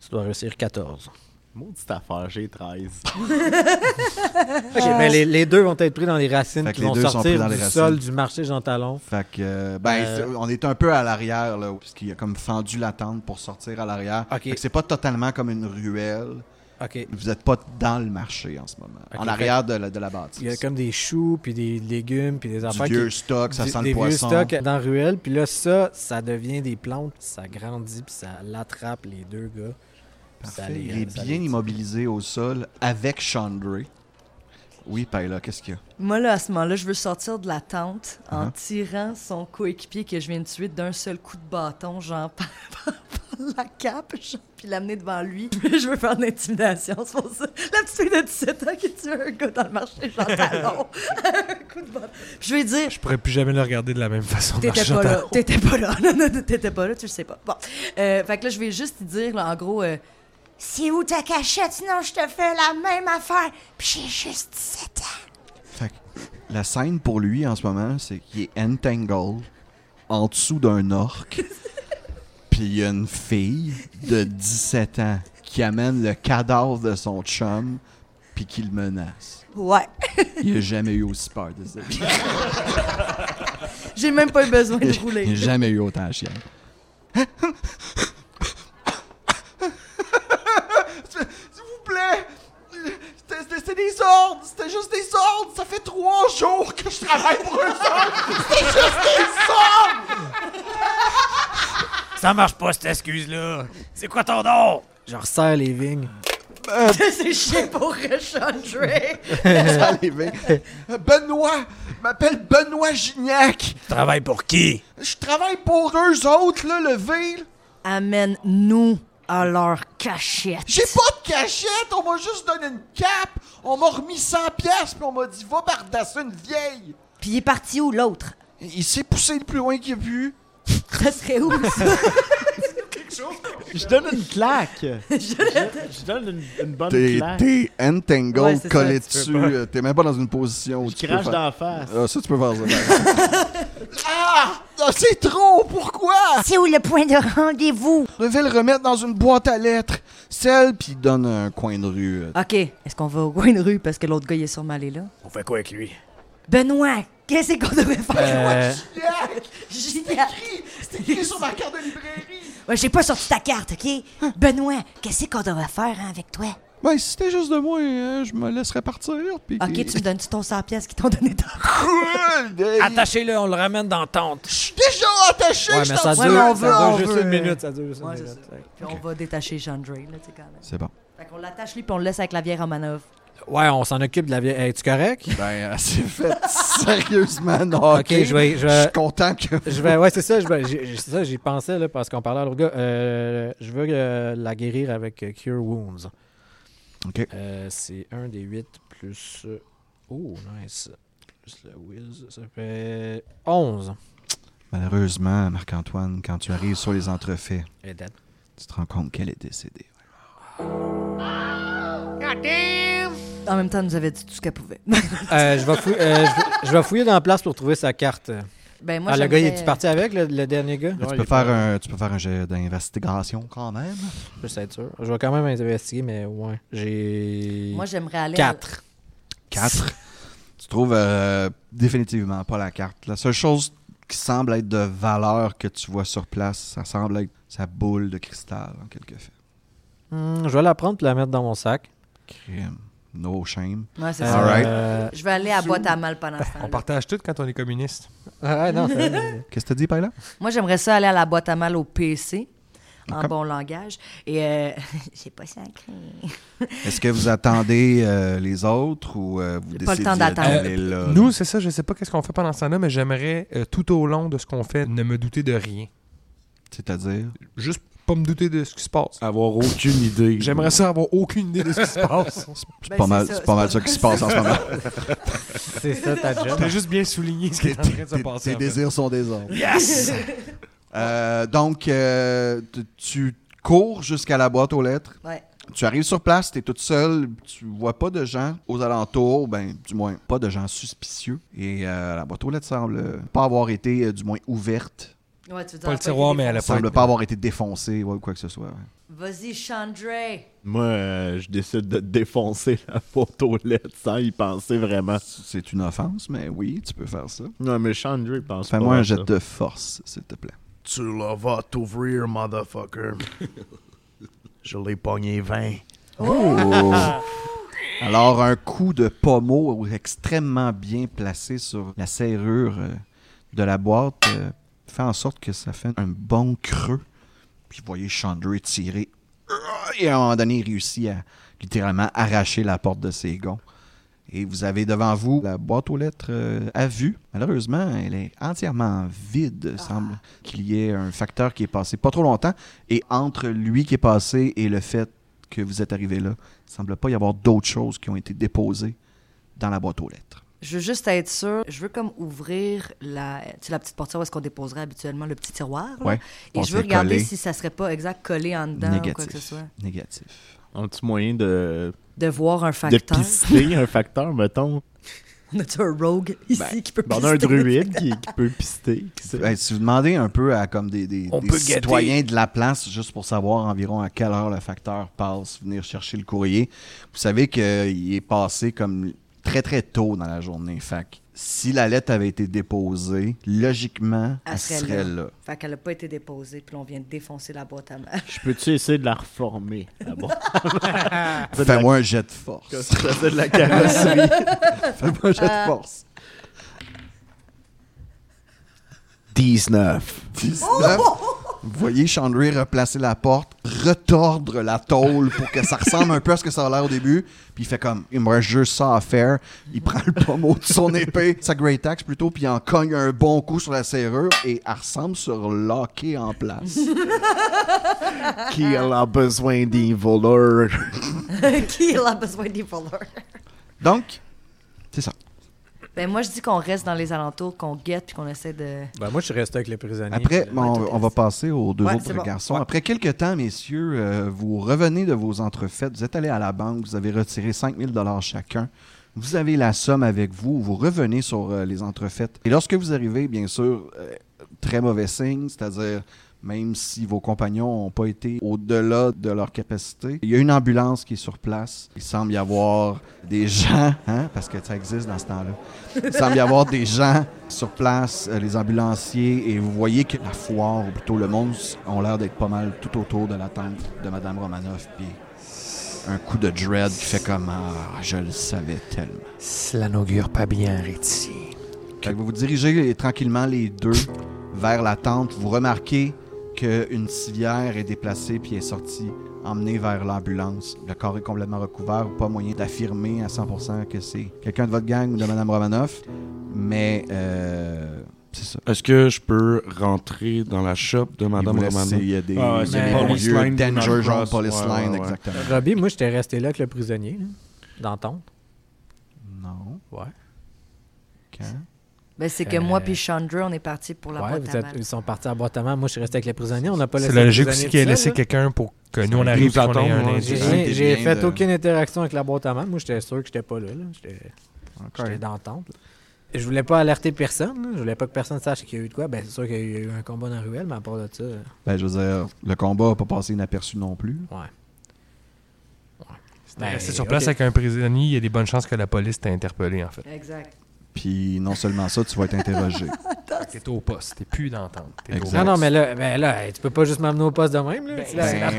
[SPEAKER 2] Tu dois réussir 14.
[SPEAKER 4] Maudite affaire, j'ai 13.
[SPEAKER 2] Ok, mais les, les deux vont être pris dans les racines
[SPEAKER 1] Euh, Fait que
[SPEAKER 2] qui
[SPEAKER 1] les
[SPEAKER 2] vont
[SPEAKER 1] deux sont pris
[SPEAKER 2] sortir
[SPEAKER 1] dans
[SPEAKER 2] du
[SPEAKER 1] les racines.
[SPEAKER 2] sol, du marché Jean Talon.
[SPEAKER 1] Fait que, euh, ben,
[SPEAKER 2] Euh.
[SPEAKER 1] c'est- on est un peu à l'arrière, là, parce qu'il a comme fendu la tente pour sortir à l'arrière.
[SPEAKER 2] Ok.
[SPEAKER 1] Fait que C'est pas totalement comme une ruelle.
[SPEAKER 2] Ok.
[SPEAKER 1] Vous êtes pas dans le marché en ce moment.
[SPEAKER 2] Ok,
[SPEAKER 1] en arrière de la, de la bâtisse.
[SPEAKER 2] Il y a comme des choux, puis des légumes, puis des
[SPEAKER 1] du
[SPEAKER 2] affaires qui-
[SPEAKER 1] vieux stock, ça
[SPEAKER 2] du-
[SPEAKER 1] sent
[SPEAKER 2] des
[SPEAKER 1] le poisson.
[SPEAKER 2] vieux stocks dans la ruelle. Puis là, ça, ça devient des plantes, puis ça grandit, puis ça l'attrape, les deux gars. Puis ça
[SPEAKER 1] Parfait.
[SPEAKER 2] les-
[SPEAKER 1] Il
[SPEAKER 9] hein,
[SPEAKER 1] est
[SPEAKER 2] ça
[SPEAKER 1] bien
[SPEAKER 2] les-
[SPEAKER 1] immobilisé au sol avec Chandray. Oui, Paila, qu'est-ce qu'il y a?
[SPEAKER 9] Moi, là, à ce moment-là, je veux sortir de la tente en
[SPEAKER 1] Uh-huh.
[SPEAKER 9] tirant son coéquipier que je viens de tuer d'un seul coup de bâton, genre par, par- par la cape, genre, puis l'amener devant lui. je veux faire de l'intimidation, c'est pour ça. La petite fille de 17 ans qui tue un gars dans le marché, genre talon, un coup de bâton. Je vais dire,
[SPEAKER 8] Je pourrais plus jamais le regarder de la même façon.
[SPEAKER 9] T'étais
[SPEAKER 8] marchant
[SPEAKER 9] pas
[SPEAKER 8] dans-
[SPEAKER 9] là. T'étais pas là. Non, non, non, t'étais pas là, tu le sais pas. Bon. Euh, fait que là, je vais juste dire, là, en gros, euh,
[SPEAKER 5] C'est où ta cachette, sinon je te fais la même affaire. Puis j'ai juste 17 ans.
[SPEAKER 1] Fait que la scène pour lui en ce moment, c'est qu'il est entangled en dessous d'un orc. Puis il y a une fille de 17 ans qui amène le cadavre de son chum puis qui le menace.
[SPEAKER 9] ouais.
[SPEAKER 1] Il a jamais eu aussi peur de ça.
[SPEAKER 9] J'ai même pas eu besoin de
[SPEAKER 1] Il a
[SPEAKER 9] rouler.
[SPEAKER 1] jamais eu autant chien. S'il vous plaît! C'était- C'était c'était des ordres! C'était juste des ordres! Ça fait trois jours que je travaille pour eux autres! C'était juste des ordres!
[SPEAKER 8] Ça marche pas, cette excuse-là. C'est quoi ton nom?
[SPEAKER 2] Je resserre les vignes.
[SPEAKER 9] C'est chiant pour Chandray.
[SPEAKER 1] Ça
[SPEAKER 2] Eh
[SPEAKER 1] les
[SPEAKER 2] ben.
[SPEAKER 1] met. Benoît! M'appelle Benoît Gignac!
[SPEAKER 8] Tu travailles pour qui?
[SPEAKER 1] Je travaille pour eux autres, là, le V! là.
[SPEAKER 9] Amène-nous à leur cachette.
[SPEAKER 1] J'ai pas de cachette! On m'a juste donné une cape! On m'a remis 100 pièces puis on m'a dit « Va bardasser une vieille!
[SPEAKER 9] Puis il est parti où, l'autre? »
[SPEAKER 1] Il s'est poussé le plus loin qu'il a pu.
[SPEAKER 9] Ça serait où, ça?
[SPEAKER 4] je donne une claque! je, je donne une, une bonne
[SPEAKER 1] T'es
[SPEAKER 4] claque.
[SPEAKER 1] t'es entangled,
[SPEAKER 9] Ouais, c'est ça,
[SPEAKER 1] collé
[SPEAKER 9] tu peux
[SPEAKER 1] dessus. euh, T'es même pas dans une position où
[SPEAKER 4] Je
[SPEAKER 1] tu
[SPEAKER 4] crache
[SPEAKER 1] peux
[SPEAKER 4] dans
[SPEAKER 1] faire...
[SPEAKER 4] la face.
[SPEAKER 1] Ah, ça, tu peux faire ça. ah! Ah, C'est trop! Pourquoi?
[SPEAKER 5] C'est où le point de rendez-vous?
[SPEAKER 1] Je vais le remettre dans une boîte à lettres. Celle, puis il donne un coin de rue. euh.
[SPEAKER 9] OK. Est-ce qu'on va au coin de rue parce que l'autre gars, il est sûrement allé là?
[SPEAKER 3] On fait quoi avec lui?
[SPEAKER 9] Benoît, qu'est-ce qu'on devrait faire?
[SPEAKER 2] Euh,
[SPEAKER 9] Génial.
[SPEAKER 1] C'est écrit sur ma carte de librairie!
[SPEAKER 9] Ouais, j'ai pas sorti ta carte, OK? Benoît.
[SPEAKER 5] Qu'est-ce qu'on devrait faire hein, avec toi?
[SPEAKER 1] Ben, si c'était juste de moi, hein, je me laisserais partir. Puis
[SPEAKER 9] OK, tu me donnes-tu ton 100 pièces qu'ils t'ont donné dans
[SPEAKER 8] Attachez-le, on le ramène dans la tente.
[SPEAKER 1] Je suis déjà attaché!
[SPEAKER 2] Ah. ouais,
[SPEAKER 1] je
[SPEAKER 2] mais
[SPEAKER 1] t'en-
[SPEAKER 2] ça
[SPEAKER 9] Ouais, mais on
[SPEAKER 2] dure,
[SPEAKER 9] veut,
[SPEAKER 2] ça
[SPEAKER 9] on
[SPEAKER 2] dure juste
[SPEAKER 9] veut,
[SPEAKER 2] une
[SPEAKER 9] euh,
[SPEAKER 2] minute. Ça dure juste
[SPEAKER 9] Ouais,
[SPEAKER 2] une
[SPEAKER 9] c'est ça.
[SPEAKER 2] minute.
[SPEAKER 9] Puis on va détacher Chandray, là, tu sais, quand même.
[SPEAKER 1] C'est bon.
[SPEAKER 9] Fait qu'on l'attache lui, puis on le laisse avec la bière en manœuvre.
[SPEAKER 2] Ouais, on s'en occupe de la vieille. Hey, tu correct?
[SPEAKER 1] Ben, euh, c'est fait sérieusement, non.
[SPEAKER 2] Ok, je vais- je vais-
[SPEAKER 1] suis content que.
[SPEAKER 2] Je vais, ouais, c'est ça, je vais- j'ai- j'ai- c'est ça, j'y pensais là, parce qu'on parlait à l'autre gars. Euh, je veux euh, la guérir avec euh, Cure Wounds.
[SPEAKER 1] Ok.
[SPEAKER 2] Euh, c'est 1 des 8 plus. euh, Oh, nice. Plus le Wiz, ça fait 11.
[SPEAKER 1] Malheureusement, Marc-Antoine, quand tu arrives sur les entrefaits,
[SPEAKER 2] Elle est dead.
[SPEAKER 1] tu te rends compte qu'elle est décédée.
[SPEAKER 9] En même temps, elle nous avait dit tout ce qu'elle pouvait.
[SPEAKER 2] Euh, je, vais fouiller, euh, je, vais- je vais fouiller dans la place pour trouver sa carte.
[SPEAKER 9] ben, moi,
[SPEAKER 2] ah, le gars, il est
[SPEAKER 9] j'aimerais-
[SPEAKER 2] parti avec, le, le dernier gars
[SPEAKER 1] tu, peux faire un, tu peux faire un jet d'investigation quand même.
[SPEAKER 2] Je veux être sûr. Je vais quand même investiguer, mais ouais. J'ai.
[SPEAKER 9] Moi, j'aimerais aller.
[SPEAKER 2] 4.
[SPEAKER 1] 4. tu trouves euh, définitivement pas la carte. La seule chose qui semble être de valeur que tu vois sur place, ça semble être sa boule de cristal, en quelque fait.
[SPEAKER 2] Hmm, je vais la prendre et la mettre dans mon sac.
[SPEAKER 1] Crime. No shame.
[SPEAKER 9] Ouais, c'est
[SPEAKER 2] Euh,
[SPEAKER 9] ça.
[SPEAKER 1] Alright.
[SPEAKER 2] euh,
[SPEAKER 9] Je vais aller à boîte à mal pendant ce
[SPEAKER 8] On
[SPEAKER 9] temps
[SPEAKER 8] partage tout quand on est communiste.
[SPEAKER 2] ah, non, c'est-
[SPEAKER 1] Qu'est-ce que t'as dit, Paila?
[SPEAKER 9] Moi, j'aimerais ça aller à la boîte à mal au PC, en
[SPEAKER 1] D'accord.
[SPEAKER 9] bon langage. Et euh,
[SPEAKER 5] J'ai pas sacré.
[SPEAKER 1] Est-ce que vous attendez euh, les autres ou euh, vous
[SPEAKER 9] Pas le
[SPEAKER 1] décidez
[SPEAKER 9] temps d'attendre.
[SPEAKER 1] d'aller là?
[SPEAKER 2] Euh,
[SPEAKER 8] Nous, c'est ça, je sais pas qu'est-ce qu'on fait pendant ce temps-là, mais j'aimerais euh, tout au long de ce qu'on fait ne me douter de rien.
[SPEAKER 1] C'est-à-dire?
[SPEAKER 8] Juste pas me douter de ce qui se passe.
[SPEAKER 6] Avoir aucune idée.
[SPEAKER 8] J'aimerais ça avoir aucune idée de ce qui se passe.
[SPEAKER 1] C'est
[SPEAKER 9] Ben,
[SPEAKER 1] pas
[SPEAKER 9] c'est
[SPEAKER 1] mal,
[SPEAKER 9] ça,
[SPEAKER 1] c'est
[SPEAKER 9] c'est
[SPEAKER 1] pas mal
[SPEAKER 9] pas-
[SPEAKER 1] ça qui se passe en ce moment.
[SPEAKER 2] C'est ça ta job.
[SPEAKER 8] T'as juste bien souligné ce qui est en train de
[SPEAKER 4] Ah
[SPEAKER 8] se passer.
[SPEAKER 1] Tes
[SPEAKER 4] ben.
[SPEAKER 8] en fait.
[SPEAKER 1] désirs sont des ordres.
[SPEAKER 6] Yes!
[SPEAKER 1] Euh, donc, euh, tu- tu cours jusqu'à la boîte aux lettres.
[SPEAKER 9] Ouais.
[SPEAKER 1] Tu arrives sur place, tu es toute seule, tu vois pas de gens aux alentours, ben du moins pas de gens suspicieux. Et euh, la boîte aux lettres semble pas avoir été, euh, du moins, ouverte.
[SPEAKER 9] Ouais, tu veux
[SPEAKER 8] Pas
[SPEAKER 9] dire, elle a
[SPEAKER 8] le
[SPEAKER 9] été
[SPEAKER 8] tiroir, mais elle a
[SPEAKER 1] Elle
[SPEAKER 8] pas.
[SPEAKER 1] semble pas avoir été défoncée ou quoi que ce soit. ouais.
[SPEAKER 9] défoncée. Vas-y, Chandray.
[SPEAKER 4] Moi, euh, je décide de défoncer la porte aux lettres sans y penser vraiment.
[SPEAKER 1] C'est une offense, mais oui, tu peux faire ça.
[SPEAKER 4] Non, mais Chandray pense pas.
[SPEAKER 1] Fais-moi
[SPEAKER 4] à
[SPEAKER 1] un
[SPEAKER 4] ça.
[SPEAKER 1] jet de force, s'il te plaît.
[SPEAKER 3] Tu l'as vas t'ouvrir, motherfucker. Je l'ai pogné 20.
[SPEAKER 1] Alors, un coup de pommeau extrêmement bien placé sur la serrure euh, de la boîte euh, fait en sorte que ça fait un bon creux. Puis vous voyez Chandray tirer. Et à un moment donné, il réussit à littéralement arracher la porte de ses gonds. Et vous avez devant vous la boîte aux lettres euh, à vue. Malheureusement, elle est entièrement vide. Il semble qu'il y ait un facteur qui est passé pas trop longtemps. Et entre lui qui est passé et le fait que vous êtes arrivé là, il semble pas y avoir d'autres choses qui ont été déposées dans la boîte aux lettres.
[SPEAKER 9] Je veux juste être sûr. Je veux comme ouvrir la, tu sais, la petite portière où est-ce qu'on déposerait habituellement le petit tiroir. là.
[SPEAKER 1] Ouais,
[SPEAKER 9] Et
[SPEAKER 1] on
[SPEAKER 9] je veux
[SPEAKER 1] s'est
[SPEAKER 9] regarder
[SPEAKER 1] collé.
[SPEAKER 9] si ça serait pas exact collé en dedans ou quoi que ce
[SPEAKER 1] Négatif.
[SPEAKER 9] soit.
[SPEAKER 1] Négatif.
[SPEAKER 4] Un petit moyen de,
[SPEAKER 9] De voir un
[SPEAKER 4] de
[SPEAKER 9] facteur.
[SPEAKER 4] pister un facteur, mettons.
[SPEAKER 9] On a-tu un rogue ici qui peut
[SPEAKER 4] Ben, on a un
[SPEAKER 9] pister?
[SPEAKER 4] druide qui, qui peut pister. qui sait.
[SPEAKER 1] Ben, si vous demandez un peu à comme des, des-
[SPEAKER 7] On
[SPEAKER 1] des
[SPEAKER 7] peut gâter.
[SPEAKER 1] citoyens de la place, juste pour savoir environ à quelle heure le facteur passe, venir chercher le courrier, vous savez qu'il est passé comme très très tôt dans la journée. Fait que si la lettre avait été déposée, logiquement, elle, serait, là.
[SPEAKER 9] Fait qu'elle a pas été déposée, puis là, on vient de défoncer la boîte à main.
[SPEAKER 4] Je peux-tu essayer de la reformer, la boîte? C'est de la-
[SPEAKER 1] Fais-moi un jet de force.
[SPEAKER 4] Qu'est-ce que c'est de la carrosserie?
[SPEAKER 1] Fais-moi un jet de force.
[SPEAKER 4] 19.
[SPEAKER 1] 19. Vous voyez Chandray replacer la porte, retordre la tôle pour que ça ressemble un peu à ce que ça a l'air au début. Puis il fait comme, il me reste juste ça à faire. Il prend le pommeau de son épée, sa Great Axe plutôt, puis il en cogne un bon coup sur la serrure et elle ressemble sur locké en place.
[SPEAKER 4] Qui a besoin des voleurs?
[SPEAKER 9] qui a besoin des voleurs?
[SPEAKER 1] Donc, c'est ça.
[SPEAKER 9] Ben, moi, je dis qu'on reste dans les alentours, qu'on guette, puis qu'on essaie de.
[SPEAKER 8] Bah,
[SPEAKER 2] Ben, moi, je suis resté avec les prisonniers.
[SPEAKER 7] Ah,
[SPEAKER 1] Après,
[SPEAKER 2] puis,
[SPEAKER 1] bon, on, on va passer aux deux
[SPEAKER 9] Ouais,
[SPEAKER 1] autres
[SPEAKER 9] c'est bon.
[SPEAKER 1] garçons. Après quelques temps, messieurs, euh, vous revenez de vos entrefaites, vous êtes allés à la banque, vous avez retiré 5000 dollars chacun. hein, Vous avez la somme avec vous, vous revenez sur euh, les entrefaites. Et lorsque vous arrivez, bien sûr, euh, très mauvais signe, c'est-à-dire même si vos compagnons n'ont pas été au-delà de leur capacité. Il y a une ambulance qui est sur place. Il semble y avoir des gens, hein, parce que ça existe dans ce temps-là. Il semble y avoir des gens sur place, euh, les ambulanciers, et vous voyez que la foire, ou plutôt le monde, s- ont l'air d'être pas mal tout autour de la tente de Madame Romanoff. Puis un coup de dread qui fait comme Ah, je le savais tellement.
[SPEAKER 7] Cela n'augure pas bien, Ritzy.
[SPEAKER 1] Fait que vous vous dirigez tranquillement les deux vers la tente. Vous remarquez qu'une civière est déplacée puis est sortie, emmenée vers l'ambulance. Le corps est complètement recouvert. Pas moyen d'affirmer à 100% que c'est quelqu'un de votre gang ou de Mme Romanoff. Mais euh, c'est ça.
[SPEAKER 6] Est-ce que je peux rentrer dans la shop de
[SPEAKER 1] Il
[SPEAKER 6] Madame
[SPEAKER 1] vous laisse-
[SPEAKER 6] Romano?
[SPEAKER 1] Il y a des,
[SPEAKER 6] Ah,
[SPEAKER 1] il y a
[SPEAKER 2] c'est
[SPEAKER 1] des
[SPEAKER 2] pas
[SPEAKER 1] bons
[SPEAKER 2] le
[SPEAKER 1] vieux
[SPEAKER 6] slime de
[SPEAKER 1] danger,
[SPEAKER 6] Macross.
[SPEAKER 1] genre police
[SPEAKER 6] Ouais,
[SPEAKER 1] line,
[SPEAKER 6] ouais, ouais.
[SPEAKER 1] exactement.
[SPEAKER 2] Robbie, moi, j'étais resté là avec le prisonnier, là, dans la tente.
[SPEAKER 1] Non.
[SPEAKER 2] Ouais.
[SPEAKER 1] Quand?
[SPEAKER 9] Ben, c'est que
[SPEAKER 2] Euh,
[SPEAKER 9] moi, puis Chandra, on est parti pour la
[SPEAKER 2] Ouais,
[SPEAKER 9] boîte
[SPEAKER 2] vous
[SPEAKER 9] à
[SPEAKER 2] êtes-
[SPEAKER 9] mal.
[SPEAKER 2] ils sont partis à boîte à main. Moi, je suis resté avec les prisonniers. On n'a pas laissé.
[SPEAKER 8] C'est
[SPEAKER 2] les
[SPEAKER 8] logique
[SPEAKER 2] prisonniers
[SPEAKER 8] aussi qu'il ait
[SPEAKER 2] tout
[SPEAKER 8] laissé
[SPEAKER 2] seul, là.
[SPEAKER 8] quelqu'un pour que nous on
[SPEAKER 6] Ils
[SPEAKER 8] arrive
[SPEAKER 6] nous
[SPEAKER 8] et qu'on ait
[SPEAKER 6] attendent,
[SPEAKER 8] un
[SPEAKER 6] ouais.
[SPEAKER 8] indice.
[SPEAKER 1] Ouais.
[SPEAKER 2] J'ai j'ai
[SPEAKER 1] Des
[SPEAKER 2] fait
[SPEAKER 1] liens de-
[SPEAKER 2] aucune interaction avec la boîte à main. Moi, j'étais sûr que j'étais pas là. là. J'étais j'étais dans la tente. là. Je voulais pas alerter personne. là. Je voulais pas que personne sache qu'il y a eu de quoi. Ben, c'est sûr qu'il y a eu un combat dans la ruelle, mais à part de ça. euh,
[SPEAKER 1] Ben, je veux dire, le combat n'a pas passé inaperçu non plus.
[SPEAKER 2] Ouais. Ben,
[SPEAKER 8] C'était resté sur
[SPEAKER 2] ok.
[SPEAKER 8] place avec un prisonnier, il y a des bonnes chances que la police t'ait interpellé en fait.
[SPEAKER 9] Exact.
[SPEAKER 1] Puis non seulement ça, tu vas être interrogé.
[SPEAKER 8] T'es au poste, t'es plus d'entente. T'es au
[SPEAKER 1] Exact.
[SPEAKER 2] Non,
[SPEAKER 8] poste.
[SPEAKER 2] non, mais là, ben là hey, tu peux pas juste m'amener au poste de même. Là. la, la police.
[SPEAKER 1] ben,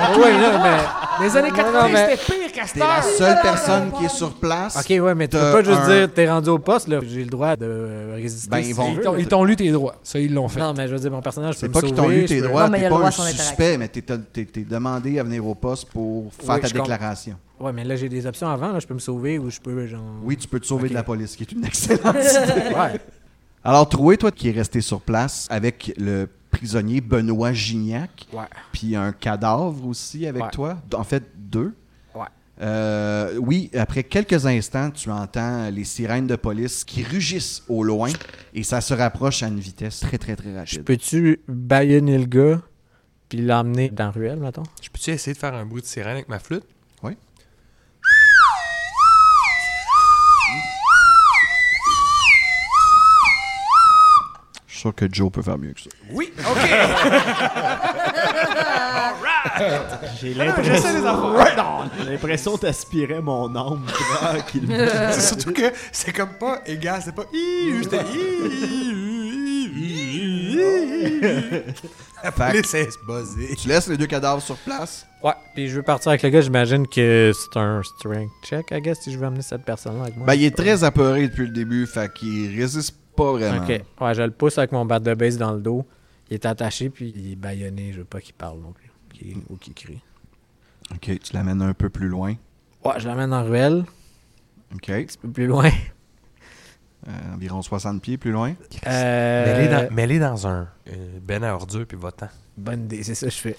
[SPEAKER 2] ils ont- ouais, là, mais... Les années 80, c'était
[SPEAKER 1] T'es la seule personne qui est sur place.
[SPEAKER 2] Ok, ouais, mais tu peux
[SPEAKER 1] T'as
[SPEAKER 2] pas juste
[SPEAKER 1] un-
[SPEAKER 2] dire t'es rendu au poste. là. J'ai le droit de euh, résister.
[SPEAKER 1] Ben, ils
[SPEAKER 2] si
[SPEAKER 1] vont-
[SPEAKER 2] je
[SPEAKER 8] Ils
[SPEAKER 2] veux,
[SPEAKER 8] t'ont-
[SPEAKER 2] là.
[SPEAKER 8] Ils t'ont lu tes droits, ça ils l'ont fait.
[SPEAKER 2] Non, mais je veux dire, mon personnage,
[SPEAKER 1] C'est
[SPEAKER 2] peut
[SPEAKER 1] pas
[SPEAKER 2] me
[SPEAKER 1] qu'ils t'ont
[SPEAKER 2] sauver,
[SPEAKER 1] lu tes
[SPEAKER 2] je peux-
[SPEAKER 1] droits,
[SPEAKER 9] Non, mais il y
[SPEAKER 1] t'es
[SPEAKER 9] a le
[SPEAKER 1] pas
[SPEAKER 9] droit
[SPEAKER 1] un
[SPEAKER 9] à son
[SPEAKER 1] suspect,
[SPEAKER 9] interaction.
[SPEAKER 1] mais t'es, t'es- t'es demandé à venir au poste pour faire
[SPEAKER 2] Oui,
[SPEAKER 1] ta
[SPEAKER 2] je comprends.
[SPEAKER 1] déclaration.
[SPEAKER 2] Ouais, mais là, j'ai des options avant. Là. Je peux me sauver ou je peux, genre.
[SPEAKER 1] Oui, tu peux te sauver
[SPEAKER 2] Ok.
[SPEAKER 1] de la police, qui est une excellente
[SPEAKER 2] ouais.
[SPEAKER 1] Alors, Troué, toi qui est resté sur place avec le prisonnier Benoît Gignac,
[SPEAKER 2] Ouais.
[SPEAKER 1] puis un cadavre aussi avec
[SPEAKER 2] Ouais.
[SPEAKER 1] toi, en fait deux.
[SPEAKER 2] Ouais.
[SPEAKER 1] Euh, oui, après quelques instants, tu entends les sirènes de police qui rugissent au loin et ça se rapproche à une vitesse très, très, très
[SPEAKER 2] Je
[SPEAKER 1] rapide.
[SPEAKER 2] peux-tu baïonner le gars puis l'emmener dans la ruelle, mettons?
[SPEAKER 8] Je peux-tu essayer de faire un bruit de sirène avec ma flûte?
[SPEAKER 1] Oui. Je suis sûr que Joe peut faire mieux que ça.
[SPEAKER 4] J'ai
[SPEAKER 9] Ah,
[SPEAKER 4] l'impression. L'impression t'aspirais mon âme tranquillement.
[SPEAKER 8] C'est surtout que c'est comme pas égal, c'est pas i, juste
[SPEAKER 1] Fait que
[SPEAKER 8] Laissez se buzzer.
[SPEAKER 1] tu laisses les deux cadavres sur place.
[SPEAKER 2] Ouais, puis je veux partir avec le gars, j'imagine que c'est un strength check, I guess, si je veux amener cette personne-là avec moi.
[SPEAKER 1] Ben, il est très apeuré depuis le début, fait qu'il résiste pas vraiment.
[SPEAKER 2] Ok, ouais, je le pousse avec mon bat de base dans le dos. Il est attaché, puis il est baïonné, je veux pas qu'il parle non plus. qu'il- ou qu'il crie.
[SPEAKER 1] Ok, tu l'amènes un peu plus loin.
[SPEAKER 2] Ouais, je l'amène en ruelle, un
[SPEAKER 1] Ok, euh,
[SPEAKER 2] petit peu plus loin.
[SPEAKER 1] environ 60 pieds plus loin.
[SPEAKER 2] Euh,
[SPEAKER 7] Mets-les dans, mets-les dans un.
[SPEAKER 8] Euh, ben à ordure, puis va-t'en.
[SPEAKER 2] Bonne idée, c'est ça que je fais.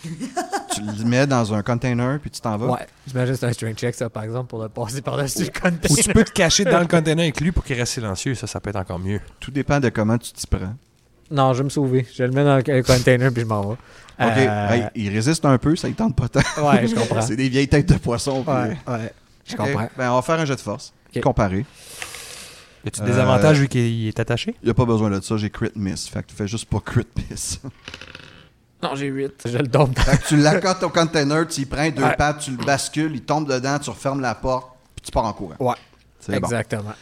[SPEAKER 1] Tu le mets dans un container, puis tu t'en vas.
[SPEAKER 2] Ouais, j'imagine que c'est un strength check, ça, par exemple, pour le passer par-dessus le container.
[SPEAKER 8] Ou tu peux te cacher dans le container avec lui pour qu'il reste silencieux. Ça, ça peut être encore mieux.
[SPEAKER 1] Tout dépend de comment tu t'y prends.
[SPEAKER 2] Non, je vais me sauver. Je le mets dans le le container, puis je m'en vais.
[SPEAKER 1] Ok,
[SPEAKER 2] Euh,
[SPEAKER 1] hey, il résiste un peu, ça il tente pas tant.
[SPEAKER 2] Ouais, je comprends.
[SPEAKER 1] C'est des vieilles têtes de poisson. puis- euh,
[SPEAKER 2] Ouais, ouais. Je
[SPEAKER 1] Ok,
[SPEAKER 2] comprends.
[SPEAKER 1] Ben, on va faire un jet de force.
[SPEAKER 2] Ok.
[SPEAKER 1] Comparé.
[SPEAKER 8] Y a-tu
[SPEAKER 1] Euh,
[SPEAKER 8] des avantages vu qu'il est attaché?
[SPEAKER 1] Il a pas besoin de ça, j'ai crit miss. Fait que tu fais juste pas crit miss.
[SPEAKER 2] Non, j'ai 8. Je le donne.
[SPEAKER 1] fait que tu l'accotes au container, tu y prends deux
[SPEAKER 2] Ouais.
[SPEAKER 1] pattes, tu le bascules, il tombe dedans, tu refermes la porte, puis tu pars en courant.
[SPEAKER 2] Ouais,
[SPEAKER 1] C'est bon.
[SPEAKER 2] exactement.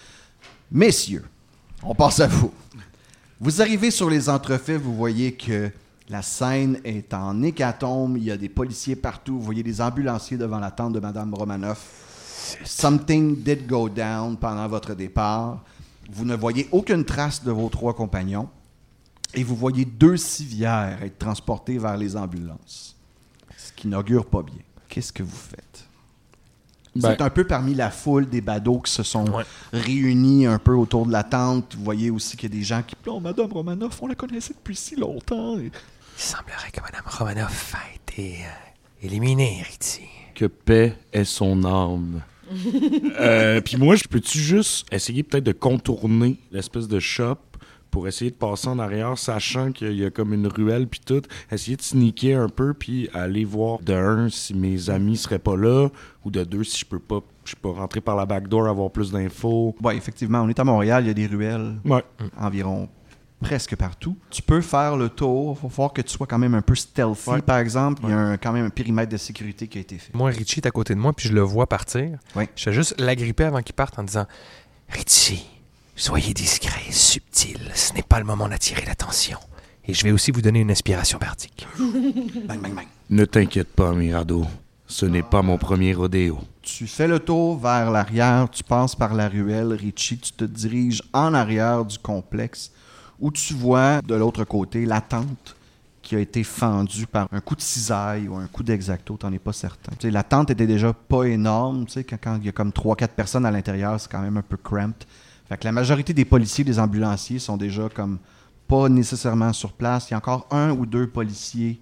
[SPEAKER 1] Messieurs, on passe à vous. Vous arrivez sur les entrefaits, vous voyez que la scène est en hécatombe, il y a des policiers partout, vous voyez des ambulanciers devant la tente de Madame Romanoff. Something did go down pendant votre départ. Vous ne voyez aucune trace de vos trois compagnons et vous voyez deux civières être transportées vers les ambulances, ce qui n'augure pas bien. Qu'est-ce que vous faites?
[SPEAKER 4] Ben-
[SPEAKER 1] C'est un peu parmi la foule des badauds qui se sont réunis un peu autour de la tente. Vous voyez aussi qu'il y a des gens qui
[SPEAKER 6] Non, Madame Romanoff, on la connaissait depuis si longtemps.
[SPEAKER 7] Il semblerait que Mme Romanoff a été euh, éliminée, Riti.
[SPEAKER 6] Que paix est son âme. Euh, Puis moi, je peux-tu juste essayer peut-être de contourner l'espèce de shop pour essayer de passer en arrière, sachant qu'il y a comme une ruelle puis tout, essayer de sneaker un peu puis aller voir de un si mes amis seraient pas là ou de deux si je peux pas, je peux rentrer par la backdoor avoir plus d'infos.
[SPEAKER 1] Oui, effectivement, on est à Montréal, il y a des ruelles
[SPEAKER 6] Ouais.
[SPEAKER 1] environ presque partout. Tu peux faire le tour, faut voir que tu sois quand même un peu stealthy,
[SPEAKER 6] Ouais.
[SPEAKER 1] par exemple. Il y a un- quand même un périmètre de sécurité qui a été fait.
[SPEAKER 8] Moi, Richie est à côté de moi, puis je le vois partir.
[SPEAKER 1] Oui.
[SPEAKER 8] Je fais juste l'agripper avant qu'il parte en disant
[SPEAKER 7] Richie, soyez discret, subtil. Ce n'est pas le moment d'attirer l'attention. Et je vais aussi vous donner une inspiration bardique.
[SPEAKER 1] Bang, bang, bang.
[SPEAKER 6] Ne t'inquiète pas, Mirado. Ce n'est pas mon premier rodéo.
[SPEAKER 1] Tu fais le tour vers l'arrière, tu passes par la ruelle, Richie, tu te diriges en arrière du complexe où tu vois de l'autre côté la tente qui a été fendue par un coup de cisaille ou un coup d'exacto, t'en es pas certain. Tu sais, la tente était déjà pas énorme, tu sais, quand quand il y a comme 3-4 personnes à l'intérieur, c'est quand même un peu cramped. Fait que la majorité des policiers, des ambulanciers sont déjà comme pas nécessairement sur place. Il y a encore un ou deux policiers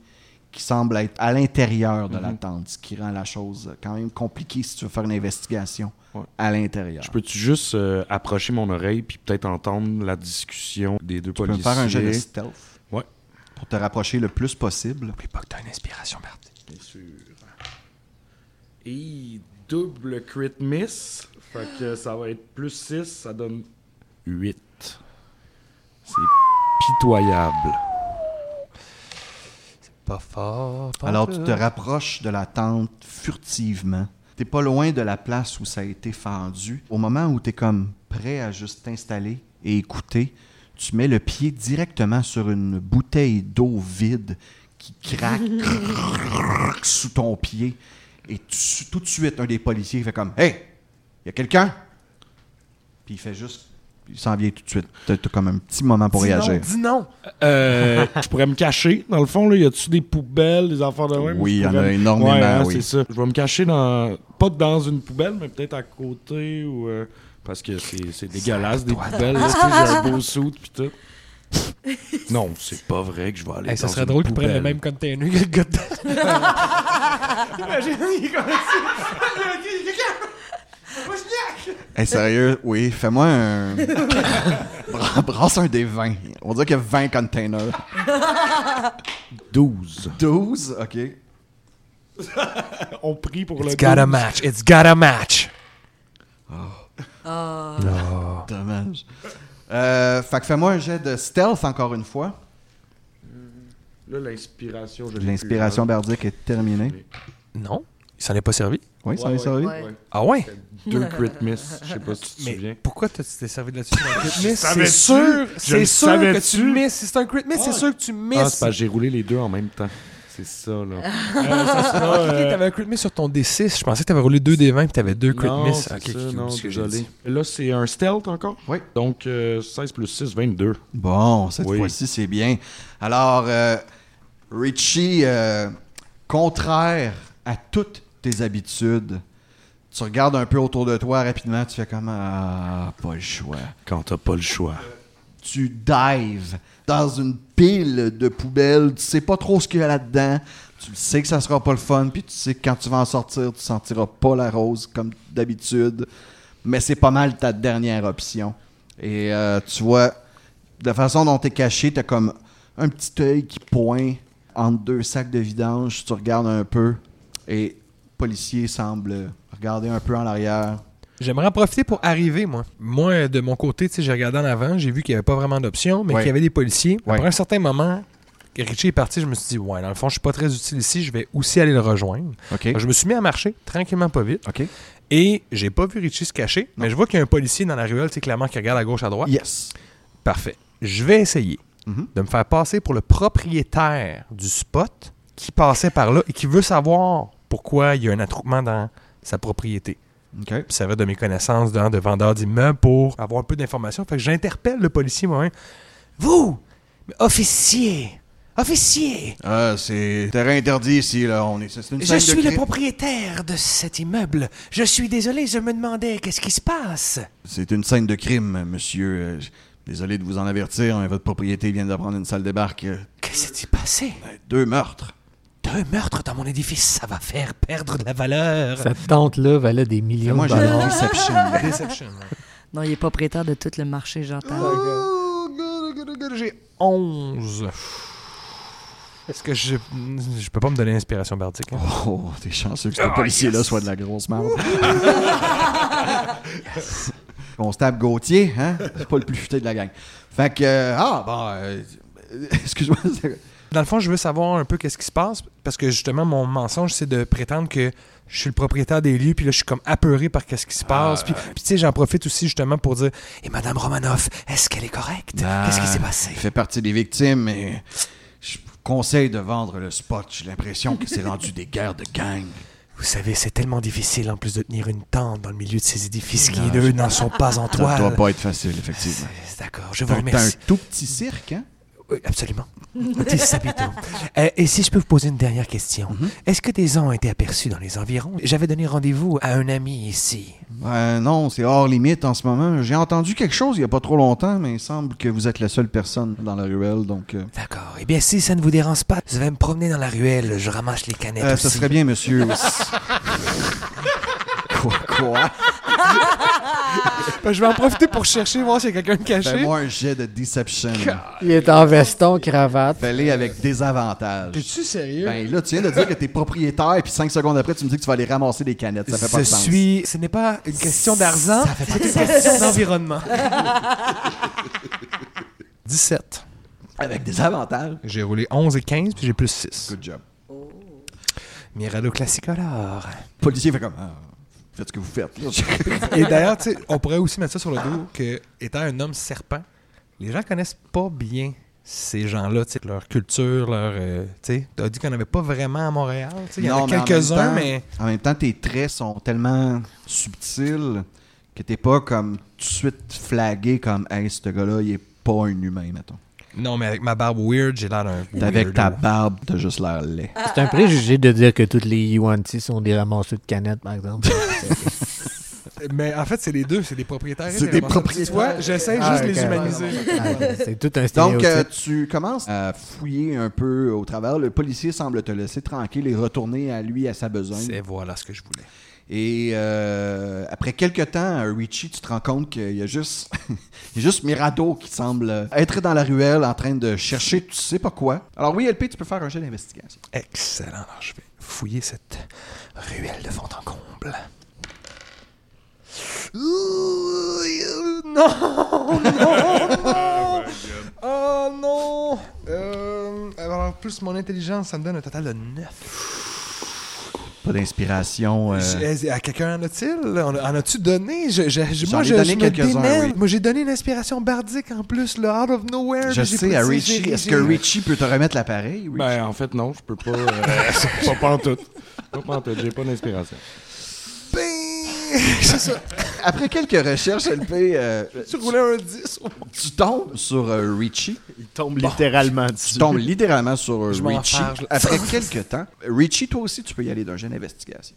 [SPEAKER 1] qui semblent être à l'intérieur de la tente, ce qui rend la chose quand même compliquée si tu veux faire une investigation
[SPEAKER 6] Ouais.
[SPEAKER 1] à l'intérieur.
[SPEAKER 6] Je peux-tu juste euh, approcher mon oreille puis peut-être entendre la discussion des deux
[SPEAKER 1] Tu peux me
[SPEAKER 6] policiers?
[SPEAKER 1] faire un jeu de stealth
[SPEAKER 6] Ouais.
[SPEAKER 1] pour te rapprocher le plus possible.
[SPEAKER 7] N'oublie pas que tu as une inspiration bardique.
[SPEAKER 6] Bien sûr. Et double crit miss. Fait que ça va être plus 6, ça donne 8. C'est pitoyable.
[SPEAKER 7] Pas fort. pas
[SPEAKER 1] Alors,
[SPEAKER 7] fort.
[SPEAKER 1] tu te rapproches de la tente furtivement. T'es pas loin de la place où ça a été fendu. Au moment où t'es comme prêt à juste t'installer et écouter, tu mets le pied directement sur une bouteille d'eau vide qui craque sous ton pied. Et tu- tout de suite, un des policiers fait comme Hey, y a quelqu'un Puis il fait juste. Il s'en vient tout de suite. T'as t'as comme un petit moment pour réagir.
[SPEAKER 7] Dis non.
[SPEAKER 6] Euh, je pourrais me cacher. Dans le fond, là, y a-tu des poubelles, des affaires de même?
[SPEAKER 1] Oui,
[SPEAKER 6] Je
[SPEAKER 1] y en
[SPEAKER 6] pourrais-
[SPEAKER 1] a énormément,
[SPEAKER 6] Ouais, hein,
[SPEAKER 1] oui.
[SPEAKER 6] c'est ça. Je vais me cacher dans. Pas dans une poubelle, mais peut-être à côté ou. euh, Parce que c'est c'est dégueulasse des poubelles. là, puis J'ai un beau soute puis tout. Non, c'est pas vrai que je vais aller.
[SPEAKER 8] Hey, ça
[SPEAKER 6] dans
[SPEAKER 8] serait
[SPEAKER 6] une
[SPEAKER 8] drôle qu'ils prennent le
[SPEAKER 6] poubelle.
[SPEAKER 8] même container que le gars dedans.
[SPEAKER 1] Hey, sérieux, oui, fais-moi un. Bra- Brasse un des 20. On dirait qu'il y a 20 containers.
[SPEAKER 6] 12.
[SPEAKER 1] 12, ok.
[SPEAKER 4] On prie pour
[SPEAKER 7] It's got a match. It's got a match.
[SPEAKER 1] Dommage. Euh, fait que fais-moi un jet de stealth encore une fois.
[SPEAKER 6] Là, l'inspiration, je l'ai plus,
[SPEAKER 1] L'inspiration
[SPEAKER 6] hein.
[SPEAKER 1] bardique est terminée.
[SPEAKER 7] Non, il s'en est pas servi.
[SPEAKER 1] Oui, ça en est servi.
[SPEAKER 9] Ouais.
[SPEAKER 7] Ah ouais?
[SPEAKER 6] Deux crit miss. Je sais pas si tu te souviens.
[SPEAKER 8] Mais pourquoi tu t'es servi de là-dessus dans le crit miss?
[SPEAKER 6] savais-tu?
[SPEAKER 8] C'est sûr,
[SPEAKER 6] Je
[SPEAKER 8] c'est
[SPEAKER 6] le
[SPEAKER 8] sûr que
[SPEAKER 6] savais-tu?
[SPEAKER 8] tu misses. Si c'est un crit miss, c'est sûr que tu
[SPEAKER 6] Ah, c'est
[SPEAKER 8] misses.
[SPEAKER 6] parce que j'ai roulé les deux en même temps. C'est ça, là.
[SPEAKER 8] Ah, ok, t'avais un crit miss sur ton D6. Je pensais que t'avais roulé 2 D20 puis t'avais 2 crit
[SPEAKER 6] Non,
[SPEAKER 8] miss.
[SPEAKER 6] c'est
[SPEAKER 8] Ok,
[SPEAKER 6] ça,
[SPEAKER 8] ok,
[SPEAKER 6] non,
[SPEAKER 8] ce que j'ai
[SPEAKER 6] désolé.
[SPEAKER 8] dit.
[SPEAKER 6] Là, c'est un stealth encore?
[SPEAKER 1] Oui.
[SPEAKER 6] Donc, euh, 16 plus 6, 22.
[SPEAKER 1] Bon, cette
[SPEAKER 6] Oui.
[SPEAKER 1] fois-ci, c'est bien. Alors, euh, Richie, euh, contraire à toutes tes habitudes, tu regardes un peu autour de toi rapidement, tu fais comme Ah, pas le choix.
[SPEAKER 6] Quand t'as pas le choix.
[SPEAKER 1] Tu dives dans une pile de poubelles, tu sais pas trop ce qu'il y a là-dedans, tu le sais que ça sera pas le fun, puis tu sais que quand tu vas en sortir, tu sentiras pas la rose comme d'habitude, mais c'est pas mal ta dernière option. Et euh, tu vois, de façon dont t'es caché, t'as comme un petit œil qui pointe entre deux sacs de vidange. Tu regardes un peu et le policier semble regarder un peu en arrière.
[SPEAKER 8] J'aimerais en profiter pour arriver, moi. Moi, de mon côté, tu sais, j'ai regardé en avant, j'ai vu qu'il n'y avait pas vraiment d'options, mais
[SPEAKER 1] Ouais.
[SPEAKER 8] qu'il y avait des policiers.
[SPEAKER 1] Ouais.
[SPEAKER 8] Après un certain moment, que Richie est parti, je me suis dit, ouais, dans le fond, je suis pas très utile ici, je vais aussi aller le rejoindre.
[SPEAKER 1] OK.
[SPEAKER 8] Je me suis mis à marcher, tranquillement, pas vite,
[SPEAKER 1] OK.
[SPEAKER 8] et j'ai pas vu Richie se cacher, mais je vois qu'il y a un policier dans la ruelle, tu sais, clairement, qui regarde à gauche, à droite.
[SPEAKER 1] Yes.
[SPEAKER 8] Parfait. Je vais essayer
[SPEAKER 1] Mhm.
[SPEAKER 8] de me faire passer pour le propriétaire du spot qui passait par là et qui veut savoir pourquoi il y a un attroupement dans sa propriété.
[SPEAKER 1] OK.
[SPEAKER 8] Puis ça va de mes connaissances de, de vendeur d'immeubles pour avoir un peu d'informations. Fait que j'interpelle le policier moi-même. Vous, officier, officier,
[SPEAKER 1] Ah, c'est terrain interdit ici, là. On est... C'est une
[SPEAKER 7] Je
[SPEAKER 1] scène de
[SPEAKER 7] suis le
[SPEAKER 1] crime.
[SPEAKER 7] propriétaire de cet immeuble. Je suis désolé, je me demandais qu'est-ce qui se passe.
[SPEAKER 1] C'est une scène de crime, monsieur. Euh, j- Désolé de vous en avertir, mais votre propriété vient d'apprendre une salle débarque. Euh,
[SPEAKER 7] Qu'est-ce qui s'est passé?
[SPEAKER 1] Deux meurtres.
[SPEAKER 7] Deux meurtres dans mon édifice, ça va faire perdre de la valeur.
[SPEAKER 2] Cette tente-là valait des millions
[SPEAKER 1] Moi,
[SPEAKER 2] de
[SPEAKER 7] Bah
[SPEAKER 1] j'ai une
[SPEAKER 2] dollars.
[SPEAKER 1] déception.
[SPEAKER 8] Deception.
[SPEAKER 9] Non, il est pas prétend de tout le marché, j'entends.
[SPEAKER 8] J'ai 11. Est-ce que je... Je peux pas me donner l'inspiration bardique. hein?
[SPEAKER 1] Oh, t'es chanceux que ce policier-là soit de la grosse merde. Constable Gauthier, hein? C'est pas le plus futé de la gang. Fait que, euh, ah, bon, euh, euh, excuse-moi. c'est-
[SPEAKER 8] Dans le fond, je veux savoir un peu qu'est-ce qui se passe, parce que justement, mon mensonge, c'est de prétendre que je suis le propriétaire des lieux, puis là, je suis comme apeuré par qu'est-ce
[SPEAKER 1] Ah,
[SPEAKER 8] qui se passe. puis, puis tu sais, j'en profite aussi justement pour dire
[SPEAKER 7] Et Madame Romanoff, est-ce qu'elle est correcte?
[SPEAKER 1] Ah.
[SPEAKER 7] Qu'est-ce qui s'est passé?
[SPEAKER 1] Il fait partie des victimes, mais je vous conseille de vendre le spot. J'ai l'impression que c'est rendu des guerres de gang.
[SPEAKER 7] Vous savez, c'est tellement difficile en plus de tenir une tente dans le milieu de ces édifices qui,
[SPEAKER 1] Non,
[SPEAKER 7] eux, n'en sont pas en
[SPEAKER 1] Ça doit
[SPEAKER 7] toile.
[SPEAKER 1] pas être facile, effectivement.
[SPEAKER 7] C'est- D'accord, je vous
[SPEAKER 1] T'as un
[SPEAKER 7] remercie.
[SPEAKER 1] tout petit cirque, hein?
[SPEAKER 7] Oui, absolument. Petit sapito. Euh, et si je peux vous poser une dernière question,
[SPEAKER 8] Mhm.
[SPEAKER 7] est-ce que des gens ont été aperçus dans les environs? J'avais donné rendez-vous à un ami ici.
[SPEAKER 1] Ben non, c'est hors limite en ce moment. J'ai entendu quelque chose il y a pas trop longtemps, mais il semble que vous êtes la seule personne dans la ruelle, donc... euh,
[SPEAKER 7] D'accord. Eh bien, si ça ne vous dérange pas, je vais me promener dans la ruelle. Je ramasse les canettes
[SPEAKER 8] Ah,
[SPEAKER 1] Euh,
[SPEAKER 7] aussi.
[SPEAKER 1] ça serait bien, monsieur. quoi, quoi?
[SPEAKER 8] ben, Je vais en profiter pour chercher, voir s'il y a quelqu'un de
[SPEAKER 7] Ben,
[SPEAKER 8] caché.
[SPEAKER 1] Fais-moi un jet de deception.
[SPEAKER 2] Il est en veston, cravate.
[SPEAKER 1] Fais-les avec des avantages.
[SPEAKER 8] Es-tu sérieux?
[SPEAKER 1] Ben là, tu viens de dire que t'es propriétaire, puis cinq secondes après, tu me dis que tu vas aller ramasser des canettes. Ça fait pas
[SPEAKER 7] je
[SPEAKER 1] de sens.
[SPEAKER 7] suis. Ce n'est pas une question d'argent,
[SPEAKER 8] Ça fait
[SPEAKER 7] c'est une question d'environnement.
[SPEAKER 8] 17.
[SPEAKER 1] Avec des avantages.
[SPEAKER 8] J'ai roulé 11 et 15, puis j'ai plus 6.
[SPEAKER 1] Good job.
[SPEAKER 7] Mirado Classicolor.
[SPEAKER 1] Le policier fait comme... Ah, faites ce que vous faites.
[SPEAKER 8] Et d'ailleurs, tu sais, on pourrait aussi mettre ça sur le dos que, étant un homme serpent, les gens connaissent pas bien ces gens-là, tu sais, leur culture, leur. euh, tu sais, t'as dit qu'on n'avait pas vraiment à Montréal. tu sais, Il y en
[SPEAKER 1] Non,
[SPEAKER 8] a
[SPEAKER 1] mais en
[SPEAKER 8] quelques-uns,
[SPEAKER 1] même temps-
[SPEAKER 8] mais.
[SPEAKER 1] En même temps, tes traits sont tellement subtils que t'es pas comme tout de suite flagué comme « Hey, ce gars-là, il est pas un humain, mettons.
[SPEAKER 8] Non, mais avec ma barbe weird, j'ai l'air d'un. »
[SPEAKER 1] Avec
[SPEAKER 8] weirdo.
[SPEAKER 1] ta barbe, t'as juste l'air laid.
[SPEAKER 2] C'est un préjugé de dire que toutes les Yuan-Ti sont des ramasseurs de canettes, par exemple.
[SPEAKER 8] Mais en fait, c'est les deux, c'est des propriétaires.
[SPEAKER 1] C'est des
[SPEAKER 8] élémentaires.
[SPEAKER 1] propriétaires.
[SPEAKER 8] Tu vois, j'essaie
[SPEAKER 1] Ah,
[SPEAKER 8] juste
[SPEAKER 1] ok.
[SPEAKER 8] les humaniser.
[SPEAKER 2] C'est tout un
[SPEAKER 1] Donc,
[SPEAKER 2] stéréotype.
[SPEAKER 1] euh, tu commences à fouiller un peu au travers. Le policier semble te laisser tranquille et retourner à lui, à sa besogne.
[SPEAKER 8] C'est voilà ce que je voulais.
[SPEAKER 1] Et euh, après quelques temps, euh, Richie, tu te rends compte qu'il y a juste, il y a juste Mirado qui semble être dans la ruelle en train de chercher tu sais pas quoi. Alors oui, LP, tu peux faire un jeu d'investigation.
[SPEAKER 8] Excellent. Alors, je vais fouiller cette ruelle de fond en comble. Ouh, euh, Non, non, non. Oh non. Euh, alors, plus mon intelligence, ça me donne un total de 9.
[SPEAKER 1] Pas d'inspiration. euh,
[SPEAKER 8] À quelqu'un en a-t-il? On a- En as-tu donné? Je, je- je-
[SPEAKER 1] J'en
[SPEAKER 8] moi,
[SPEAKER 1] ai
[SPEAKER 8] je,
[SPEAKER 1] donné
[SPEAKER 8] je me
[SPEAKER 1] quelques-uns,
[SPEAKER 8] démène.
[SPEAKER 1] oui.
[SPEAKER 8] Moi, j'ai donné une inspiration bardique en plus, là, out of nowhere.
[SPEAKER 1] je
[SPEAKER 8] puis Ah, j'ai
[SPEAKER 1] sais à
[SPEAKER 8] précisé,
[SPEAKER 1] Richie.
[SPEAKER 8] j'ai-
[SPEAKER 1] Est-ce
[SPEAKER 8] j'ai-
[SPEAKER 1] que Richie peut te remettre l'appareil? Richie?
[SPEAKER 6] Ben, en fait, non, je peux pas. euh, pas pantoute. Pas pantoute, j'ai pas d'inspiration.
[SPEAKER 8] Bing! C'est ça.
[SPEAKER 1] Après quelques recherches, LP, euh,
[SPEAKER 8] Tu roulais un Oh, 10.
[SPEAKER 1] tu tombes sur euh, Richie.
[SPEAKER 4] Il tombe littéralement dessus.
[SPEAKER 1] Tu tombes littéralement sur euh,
[SPEAKER 8] Je m'en
[SPEAKER 1] Richie.
[SPEAKER 8] charge, là.
[SPEAKER 1] Après quelques temps, Richie, toi aussi, tu peux y aller d'un jeu d'investigation.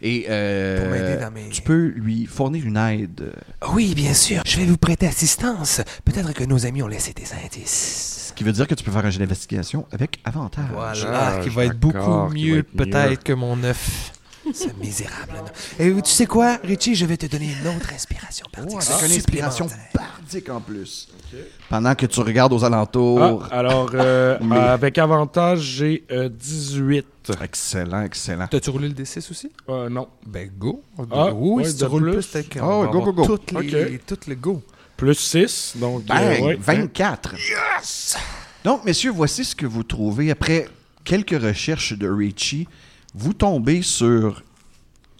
[SPEAKER 1] Et euh,
[SPEAKER 7] Pour m'aider dans mes-
[SPEAKER 1] tu peux lui fournir une aide. euh,
[SPEAKER 7] Oui, bien sûr. Je vais vous prêter assistance. Peut-être que nos amis ont laissé des indices.
[SPEAKER 1] Ce qui veut dire que tu peux faire un jeu d'investigation avec avantage.
[SPEAKER 8] Voilà,
[SPEAKER 6] Ah,
[SPEAKER 8] qui va être beaucoup
[SPEAKER 6] d'accord, qui va
[SPEAKER 8] mieux
[SPEAKER 6] être mieux.
[SPEAKER 8] peut-être que mon 9.
[SPEAKER 7] Ce misérable. Et tu sais quoi, Richie, je vais te donner une autre inspiration
[SPEAKER 8] Oh,
[SPEAKER 7] particulière.
[SPEAKER 1] Avec une inspiration bardique en plus. Pendant que tu regardes aux
[SPEAKER 8] Ah.
[SPEAKER 1] alentours.
[SPEAKER 6] Ah, alors, euh, avec avantage, j'ai euh, 18.
[SPEAKER 1] Excellent, excellent.
[SPEAKER 8] T'as-tu roulé le D6 aussi?
[SPEAKER 6] Euh, non.
[SPEAKER 8] Ben go.
[SPEAKER 6] Ah,
[SPEAKER 8] oui,
[SPEAKER 6] ouais,
[SPEAKER 8] si tu
[SPEAKER 6] de
[SPEAKER 8] roules
[SPEAKER 6] plus.
[SPEAKER 8] plus, t'as qu'à-
[SPEAKER 1] Ah,
[SPEAKER 8] on va
[SPEAKER 1] go,
[SPEAKER 8] avoir
[SPEAKER 1] go, go.
[SPEAKER 8] Toutes les,
[SPEAKER 6] Ok.
[SPEAKER 8] toutes les go.
[SPEAKER 6] Plus 6, donc. euh,
[SPEAKER 1] Bang!
[SPEAKER 6] ouais.
[SPEAKER 1] 24. Yes! Donc, messieurs, voici ce que vous trouvez. Après quelques recherches de Richie, vous tombez sur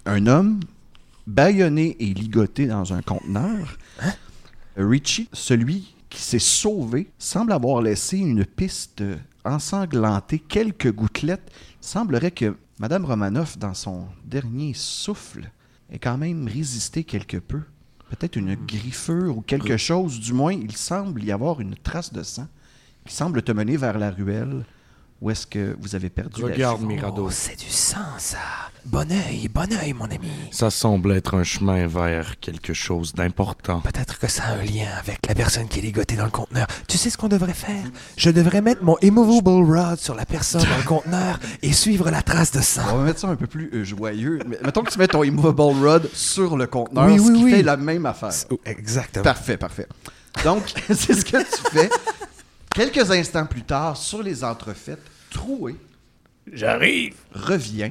[SPEAKER 1] un homme bâillonné et ligoté dans un conteneur. Richie, celui qui s'est sauvé, semble avoir laissé une piste ensanglantée, quelques gouttelettes. Il semblerait que Madame Romanoff, dans son dernier souffle, ait quand même résisté quelque peu. Peut-être une griffure ou quelque chose, du moins, il semble y avoir une trace de sang qui semble te mener vers la ruelle où est-ce que vous avez perdu la
[SPEAKER 6] Regarde,
[SPEAKER 1] vue.
[SPEAKER 6] Mirado.
[SPEAKER 7] Oh, c'est du sang, ça. Bon œil, bon œil, mon ami.
[SPEAKER 6] Ça semble être un chemin vers quelque chose d'important.
[SPEAKER 7] Peut-être que ça a un lien avec la personne qui est ligotée dans le conteneur. Tu sais ce qu'on devrait faire? Je devrais mettre mon immovable rod sur la personne dans le conteneur et suivre la trace de sang.
[SPEAKER 1] On va mettre ça un peu plus euh, joyeux. Mais- Mettons que tu mets ton immovable rod sur le conteneur,
[SPEAKER 7] Oui,
[SPEAKER 1] ce
[SPEAKER 7] oui,
[SPEAKER 1] qui
[SPEAKER 7] oui.
[SPEAKER 1] fait la même affaire.
[SPEAKER 7] Exactement.
[SPEAKER 1] Parfait, parfait. Donc, c'est ce que tu fais. Quelques instants plus tard, sur les entrefaites, Troué
[SPEAKER 3] J'arrive.
[SPEAKER 1] revient,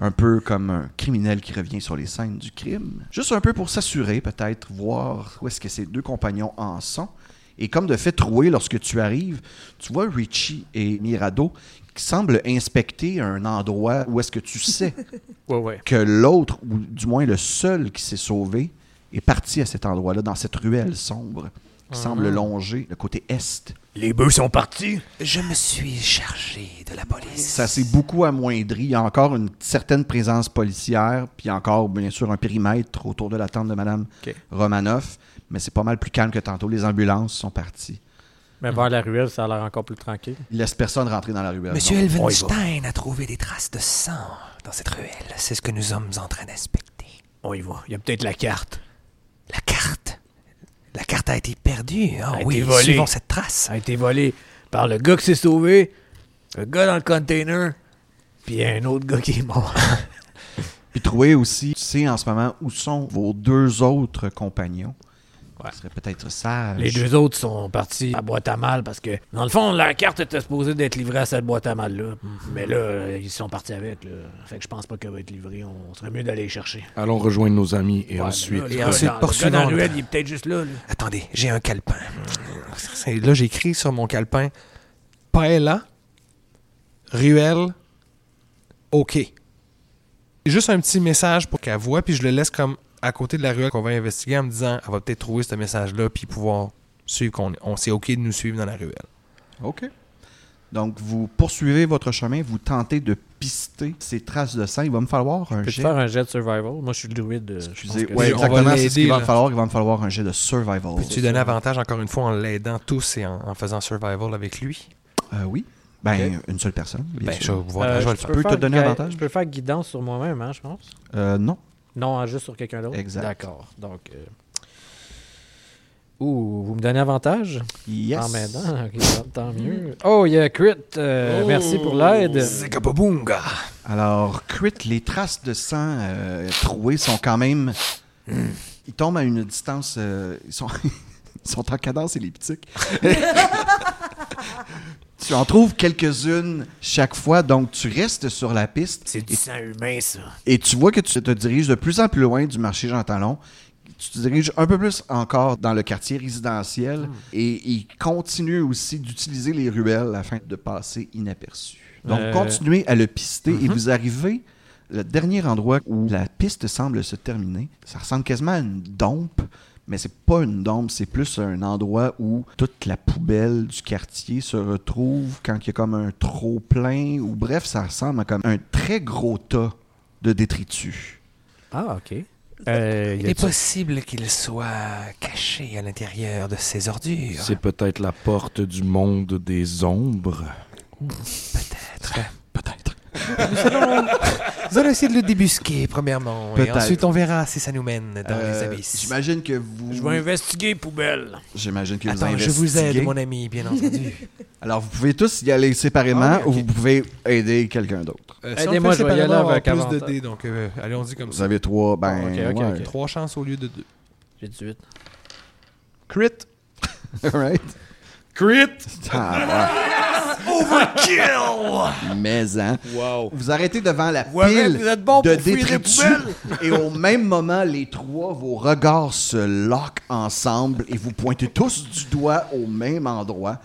[SPEAKER 1] un peu comme un criminel qui revient sur les scènes du crime, juste un peu pour s'assurer, peut-être, voir où est-ce que ses deux compagnons en sont. Et comme de fait, Troué, lorsque tu arrives, tu vois Richie et Mirado qui semblent inspecter un endroit où est-ce que tu sais
[SPEAKER 2] Ouais, ouais.
[SPEAKER 1] que l'autre, ou du moins le seul qui s'est sauvé, est parti à cet endroit-là, dans cette ruelle sombre qui
[SPEAKER 3] Ah.
[SPEAKER 1] semble longer le côté est.
[SPEAKER 3] Les bœufs sont partis.
[SPEAKER 7] Je me suis chargé de la police.
[SPEAKER 1] Ça s'est beaucoup amoindri. Il y a encore une certaine présence policière, puis encore, bien sûr, un périmètre autour de la tente de Madame
[SPEAKER 8] Ok.
[SPEAKER 1] Romanoff, mais c'est pas mal plus calme que tantôt. Les ambulances sont parties.
[SPEAKER 2] Mais vers la ruelle, ça a l'air encore plus tranquille.
[SPEAKER 1] Il laisse personne rentrer dans la ruelle.
[SPEAKER 7] Monsieur
[SPEAKER 1] non.
[SPEAKER 7] Elvenstein a trouvé des traces de sang dans cette ruelle. C'est ce que nous sommes en train d'inspecter.
[SPEAKER 3] On y va. Il y a peut-être la carte.
[SPEAKER 7] La carte. La carte a été perdue. Ah
[SPEAKER 3] A été
[SPEAKER 7] oui,
[SPEAKER 3] volée.
[SPEAKER 7] suivons cette trace.
[SPEAKER 3] Ça a été volé par le gars qui s'est sauvé, le gars dans le container, puis un autre gars qui est mort.
[SPEAKER 1] Puis trouver aussi, tu sais en ce moment où sont vos deux autres compagnons.
[SPEAKER 3] Ouais.
[SPEAKER 1] Ce serait peut-être sage.
[SPEAKER 3] Les deux autres sont partis à boîte à mal parce que, dans le fond, la carte était supposée d'être livrée à cette boîte à mal-là.
[SPEAKER 1] Mhm.
[SPEAKER 3] Mais là, euh, ils sont partis avec. Là. Fait que je pense pas qu'elle va être livrée. On serait mieux d'aller les chercher.
[SPEAKER 6] Allons rejoindre nos amis et
[SPEAKER 3] Ouais,
[SPEAKER 6] ensuite.
[SPEAKER 3] mais là, le gars
[SPEAKER 8] ensuite,
[SPEAKER 3] dans-
[SPEAKER 8] poursuivons
[SPEAKER 3] Le gars dans
[SPEAKER 8] le
[SPEAKER 3] la ruelle,
[SPEAKER 8] temps.
[SPEAKER 3] il est peut-être juste là. là.
[SPEAKER 7] Attendez, j'ai un calepin.
[SPEAKER 8] C'est- Là, j'écris sur mon calepin Paella, Ruelle, OK. Juste un petit message pour qu'elle voit, puis je le laisse comme à côté de la ruelle qu'on va investiguer en me disant elle va peut-être trouver ce message-là, puis pouvoir suivre qu'on on, c'est OK de nous suivre dans la ruelle.
[SPEAKER 1] OK. Donc, vous poursuivez votre chemin, vous tentez de pister ces traces de sang. Il va me falloir un
[SPEAKER 2] Peux-tu
[SPEAKER 1] jet.
[SPEAKER 2] faire un jet de survival? Moi, je suis le druide. euh, je
[SPEAKER 1] Excusez,
[SPEAKER 2] pense que
[SPEAKER 1] ouais,
[SPEAKER 8] Oui,
[SPEAKER 2] c'est-
[SPEAKER 8] on va
[SPEAKER 1] exactement, c'est ce qu'il
[SPEAKER 8] l'aider,
[SPEAKER 1] va me
[SPEAKER 8] là.
[SPEAKER 1] falloir. Il va me falloir un jet de survival.
[SPEAKER 8] Peux-tu donner avantage encore une fois en l'aidant tous et en, en faisant survival avec lui?
[SPEAKER 1] Euh, oui. Ben, une seule personne. bien
[SPEAKER 8] Ben,
[SPEAKER 1] sûr.
[SPEAKER 8] je vais, pouvoir-
[SPEAKER 2] Euh,
[SPEAKER 8] je vais le
[SPEAKER 2] je
[SPEAKER 8] faire.
[SPEAKER 1] peux te
[SPEAKER 2] faire
[SPEAKER 1] donner
[SPEAKER 2] gui-
[SPEAKER 1] avantage?
[SPEAKER 2] Je peux faire guidance sur moi-même, hein, je pense.
[SPEAKER 1] Euh, non.
[SPEAKER 2] Non, hein, juste sur quelqu'un d'autre.
[SPEAKER 1] Exact.
[SPEAKER 2] D'accord. Donc. euh, Ouh, vous me donnez avantage
[SPEAKER 1] Yes.
[SPEAKER 2] en m'aidant. Ok, tant- tant mieux. Oh, il y a Crit. euh, merci pour l'aide.
[SPEAKER 8] Oh.
[SPEAKER 7] Zekababunga!
[SPEAKER 1] Alors, Crit, les traces de sang euh, trouées sont quand même.
[SPEAKER 8] Hmm.
[SPEAKER 1] Ils tombent à une distance. euh, ils, sont ils sont en cadence elliptique. tu en trouves quelques-unes chaque fois, donc tu restes sur la piste
[SPEAKER 3] C'est du sang humain, ça.
[SPEAKER 1] et tu vois que tu te diriges de plus en plus loin du marché Jean Talon. Tu te diriges un peu plus encore dans le quartier résidentiel
[SPEAKER 7] Hmm.
[SPEAKER 1] et ils continuent aussi d'utiliser les ruelles afin de passer inaperçu. Donc,
[SPEAKER 2] Euh.
[SPEAKER 1] continuez à le pister
[SPEAKER 7] Mhm.
[SPEAKER 1] et vous arrivez le dernier endroit où la piste semble se terminer. Ça ressemble quasiment à une dompe, mais c'est pas une dompe, c'est plus un endroit où toute la poubelle du quartier se retrouve quand il y a comme un trop plein ou bref, ça ressemble à comme un très gros tas de détritus.
[SPEAKER 2] Ah, OK. Euh,
[SPEAKER 7] Il
[SPEAKER 2] y a-
[SPEAKER 7] est possible qu'il soit caché à l'intérieur de ces ordures.
[SPEAKER 6] C'est peut-être la porte du monde des ombres.
[SPEAKER 7] Peut-être. nous, allons... nous allons essayer de le débusquer, premièrement. Et
[SPEAKER 1] Peut-être.
[SPEAKER 7] ensuite, on verra si ça nous mène dans
[SPEAKER 1] Euh,
[SPEAKER 7] les abysses.
[SPEAKER 1] J'imagine que vous.
[SPEAKER 3] Je vais investiguer poubelle.
[SPEAKER 1] J'imagine que vous
[SPEAKER 7] Attends, je
[SPEAKER 1] investiguez.
[SPEAKER 7] vous aide, mon ami, bien entendu.
[SPEAKER 1] Alors, vous pouvez tous y aller séparément
[SPEAKER 7] Ah oui, ok.
[SPEAKER 1] ou vous pouvez aider quelqu'un d'autre.
[SPEAKER 8] Euh,
[SPEAKER 2] Aidez-moi,
[SPEAKER 8] fait
[SPEAKER 2] je vais y aller
[SPEAKER 8] séparément, on aura
[SPEAKER 2] avec
[SPEAKER 8] plus de
[SPEAKER 2] avantage.
[SPEAKER 8] dés, donc euh, allez, on dit comme
[SPEAKER 1] Vous
[SPEAKER 8] ça.
[SPEAKER 1] avez trois, ben.
[SPEAKER 2] Ah, ok, ok,
[SPEAKER 1] ouais.
[SPEAKER 2] ok.
[SPEAKER 8] Trois chances au lieu de deux.
[SPEAKER 2] J'ai 18.
[SPEAKER 8] Crit.
[SPEAKER 1] Alright.
[SPEAKER 6] Crit!
[SPEAKER 1] Overkill! Ah, Mais, hein.
[SPEAKER 6] Wow!
[SPEAKER 1] Vous arrêtez devant la pile
[SPEAKER 3] Ouais, mais vous êtes bon
[SPEAKER 1] de
[SPEAKER 3] pour fouiller les
[SPEAKER 1] détritus et au même moment, les trois, vos regards se lockent ensemble et vous pointez tous du doigt au même endroit.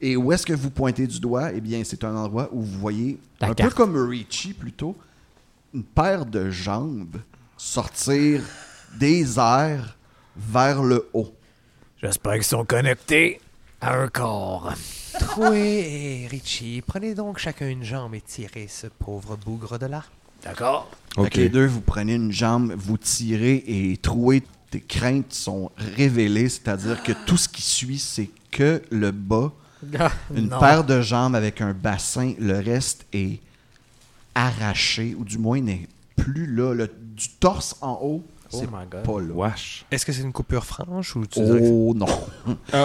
[SPEAKER 1] Et où est-ce que vous pointez du doigt? Eh bien, c'est un endroit où vous voyez,
[SPEAKER 2] La
[SPEAKER 1] un
[SPEAKER 2] carte.
[SPEAKER 1] peu comme Richie plutôt, une paire de jambes sortir des airs vers le haut.
[SPEAKER 3] J'espère qu'ils sont connectés à un corps.
[SPEAKER 7] Troué et Richie, prenez donc chacun une jambe et tirez ce pauvre bougre de là.
[SPEAKER 3] D'accord?
[SPEAKER 1] Fait
[SPEAKER 6] Ok.
[SPEAKER 1] que les deux, vous prenez une jambe, vous tirez et trouez. Tes craintes sont révélées, c'est-à-dire que tout ce qui suit, c'est que le bas, une paire de jambes avec un bassin, le reste est arraché, ou du moins n'est plus là. Le- du torse en haut,
[SPEAKER 2] Oh
[SPEAKER 1] c'est
[SPEAKER 2] my god.
[SPEAKER 1] pas là.
[SPEAKER 6] Wesh!
[SPEAKER 7] Est-ce que c'est une coupure franche ou tu dirais que-
[SPEAKER 1] Oh non!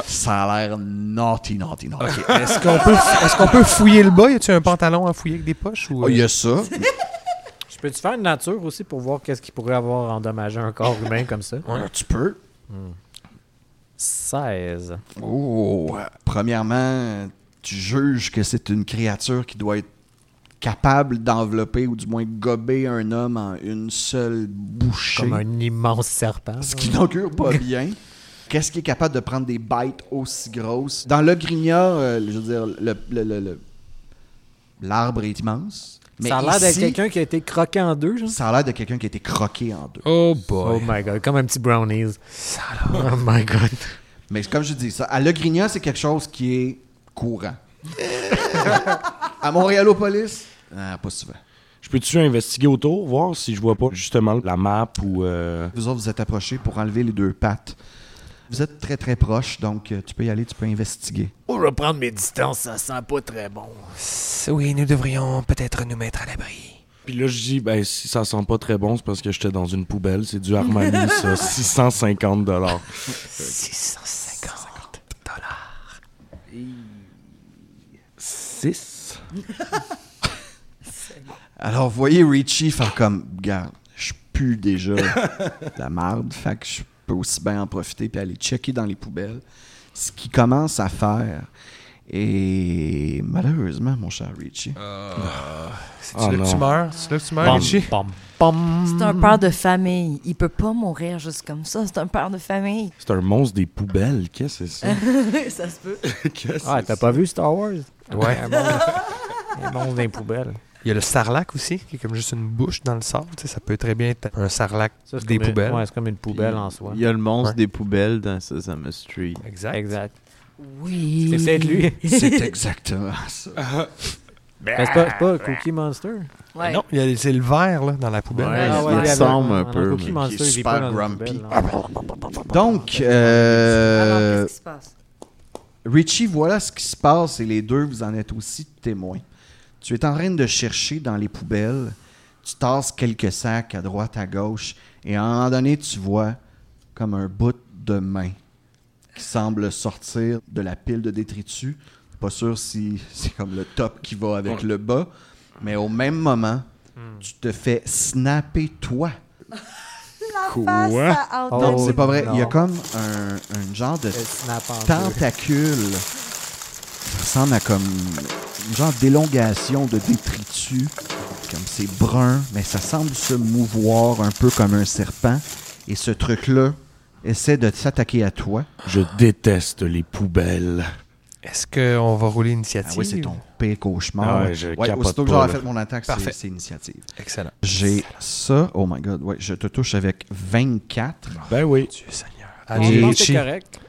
[SPEAKER 1] Ça a l'air naughty, naughty, naughty.
[SPEAKER 7] Ok.
[SPEAKER 8] Est-ce qu'on peut, est-ce qu'on peut fouiller le bas? Y a-tu un pantalon à fouiller avec des poches? Ou,
[SPEAKER 1] Oh, il y a ça.
[SPEAKER 2] Je peux-tu faire une nature aussi pour voir qu'est-ce qui pourrait avoir endommagé un corps humain comme ça?
[SPEAKER 1] tu peux.
[SPEAKER 2] 16.
[SPEAKER 1] Oh! Premièrement, tu juges que c'est une créature qui doit être capable d'envelopper ou du moins gober un homme en une seule bouchée.
[SPEAKER 7] euh,
[SPEAKER 2] Comme un immense serpent.
[SPEAKER 1] Ce qui n'augure pas bien. Qu'est-ce qui est capable de prendre des bêtes aussi grosses? Dans le grignard, euh, je veux dire, le- le- le- le- l'arbre est immense. Mais
[SPEAKER 2] ça a l'air d'être
[SPEAKER 1] ici,
[SPEAKER 2] quelqu'un qui a été croqué en deux, genre.
[SPEAKER 1] Ça a l'air de quelqu'un qui a été croqué en deux.
[SPEAKER 8] Oh
[SPEAKER 2] Oh
[SPEAKER 8] boy.
[SPEAKER 2] my god, comme un petit brownies. Oh my god.
[SPEAKER 1] Mais comme je dis, ça, à Le Grignard, c'est quelque chose qui est courant. à Montréalopolis, ah, pas souvent.
[SPEAKER 6] Je peux-tu investiguer autour, voir si je vois pas justement la map ou. euh,
[SPEAKER 1] Vous autres, vous êtes approchés pour enlever les deux pattes. Vous êtes très très proches, donc euh, tu peux y aller, tu peux investiguer.
[SPEAKER 3] Oh, je vais prendre mes distances, ça sent pas très bon.
[SPEAKER 7] S- Oui, nous devrions peut-être nous mettre à l'abri.
[SPEAKER 8] Ah,
[SPEAKER 6] Puis là, je dis, ben, si ça sent pas très bon, c'est parce que j'étais dans une poubelle. C'est du Armani, ça. 650 dollars.
[SPEAKER 7] 650 dollars.
[SPEAKER 6] 6?
[SPEAKER 1] Alors, vous voyez Richie faire comme, garde, je pue déjà la marde, fait que je peux aussi bien en profiter puis aller checker dans les poubelles. Ce qu'il commence à faire, et malheureusement, mon cher Richie,
[SPEAKER 8] C'est-tu
[SPEAKER 6] Oh
[SPEAKER 8] là que tu
[SPEAKER 6] non.
[SPEAKER 8] meurs? C'est là que tu meurs,
[SPEAKER 2] Pom,
[SPEAKER 8] Richie?
[SPEAKER 2] pom, pom.
[SPEAKER 9] C'est un père de famille. Il peut pas mourir juste comme ça. C'est un père de famille.
[SPEAKER 6] C'est un monstre des poubelles. Qu'est-ce que c'est ça?
[SPEAKER 9] ça se peut.
[SPEAKER 6] Qu'est-ce
[SPEAKER 2] Ah, t'as pas vu Star Wars?
[SPEAKER 8] Ouais.
[SPEAKER 2] Un monstre un monstre dans les poubelles.
[SPEAKER 8] Il y a le sarlac aussi, qui est comme juste une bouche dans le sable. Tu sais, ça peut très bien être un sarlac
[SPEAKER 2] Ça, c'est
[SPEAKER 8] des
[SPEAKER 2] comme une-
[SPEAKER 8] poubelles.
[SPEAKER 2] Ouais, c'est comme une poubelle en soi.
[SPEAKER 10] Il y a le monstre
[SPEAKER 8] Ouais.
[SPEAKER 10] des poubelles dans Sesame Street.
[SPEAKER 8] Exact.
[SPEAKER 2] Exact.
[SPEAKER 9] Oui.
[SPEAKER 2] C'est peut-être lui.
[SPEAKER 1] c'est exactement ça.
[SPEAKER 8] Ah,
[SPEAKER 2] Mais c'est pas, c'est pas Cookie Monster.
[SPEAKER 9] Ouais.
[SPEAKER 8] Ah Non, il y a- c'est le vert là, dans la poubelle.
[SPEAKER 10] Ouais,
[SPEAKER 2] Ah
[SPEAKER 10] il
[SPEAKER 2] il y avait-
[SPEAKER 10] ressemble un
[SPEAKER 2] non,
[SPEAKER 10] peu,
[SPEAKER 2] Cookie
[SPEAKER 10] mais
[SPEAKER 1] qui
[SPEAKER 2] Monster,
[SPEAKER 1] est
[SPEAKER 2] il est pas
[SPEAKER 1] super
[SPEAKER 2] dans une
[SPEAKER 1] grumpy.
[SPEAKER 2] poubelle, non.
[SPEAKER 1] Donc,
[SPEAKER 9] Alors,
[SPEAKER 1] euh,
[SPEAKER 9] qu'est-ce qui se passe?
[SPEAKER 1] Richie, voilà ce qui se passe et les deux, vous en êtes aussi témoins. Tu es en train de chercher dans les poubelles. Tu tasses quelques sacs à droite, à gauche, et à un moment donné, tu vois comme un bout de main qui semble sortir de la pile de détritus. Pas sûr si c'est comme le top qui va avec le bas, mais au même moment, tu te fais snapper toi.
[SPEAKER 5] Face à Anton.
[SPEAKER 9] Oh,
[SPEAKER 1] Non, c'est pas vrai.
[SPEAKER 2] non.
[SPEAKER 1] Il y a comme un, un genre de
[SPEAKER 2] Elle snap en deux.
[SPEAKER 1] tentacule. Ça ressemble à comme une genre d'élongation de détritus. Comme c'est brun, mais ça semble se mouvoir un peu comme un serpent. Et ce truc-là essaie de s'attaquer à toi.
[SPEAKER 6] Je déteste les poubelles.
[SPEAKER 8] Est-ce qu'on va rouler
[SPEAKER 1] Ah
[SPEAKER 8] l'initiative?
[SPEAKER 1] oui, c'est ton pire cauchemar.
[SPEAKER 6] Ah ouais, je capote
[SPEAKER 1] aussitôt que
[SPEAKER 6] pas,
[SPEAKER 1] j'aurai
[SPEAKER 6] là.
[SPEAKER 1] fait mon attaque, c'est-
[SPEAKER 8] Parfait.
[SPEAKER 1] c'est initiative.
[SPEAKER 8] Excellent.
[SPEAKER 1] J'ai ça. Oh my god, ouais, je te touche avec 24.
[SPEAKER 6] Ben oui.
[SPEAKER 8] Dieu Seigneur.
[SPEAKER 2] Je
[SPEAKER 8] Allez,
[SPEAKER 2] pense que c'est
[SPEAKER 8] Richie.
[SPEAKER 2] correct.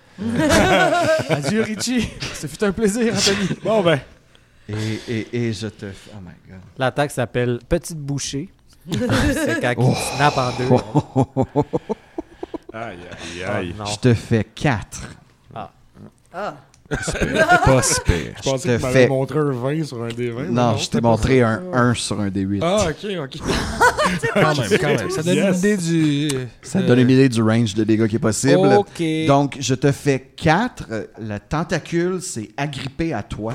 [SPEAKER 8] Adieu, Richie. Ce fut un plaisir, Anthony.
[SPEAKER 6] Bon, ben.
[SPEAKER 1] Et, et, et je te. f- Oh my god.
[SPEAKER 2] L'attaque s'appelle Petite Bouchée. c'est quand il snap en deux.
[SPEAKER 6] Aïe, aïe,
[SPEAKER 2] Ah,
[SPEAKER 6] aïe.
[SPEAKER 2] non.
[SPEAKER 1] Je te fais 4.
[SPEAKER 9] Ah,
[SPEAKER 8] Pas super.
[SPEAKER 6] Je
[SPEAKER 1] Je
[SPEAKER 6] pensais
[SPEAKER 1] te
[SPEAKER 6] que tu m'avais
[SPEAKER 1] fais-
[SPEAKER 6] montré un 20 sur un des 20.
[SPEAKER 1] Non, je t'ai montré un 1 sur un des 8.
[SPEAKER 8] Ah, ok, ok. quand même, quand même. Ça donne
[SPEAKER 6] Yes.
[SPEAKER 8] une idée du.
[SPEAKER 1] Ça te donne une idée du range de dégâts qui est possible.
[SPEAKER 2] Ok.
[SPEAKER 1] Donc, je te fais 4. La tentacule s'est agrippée à toi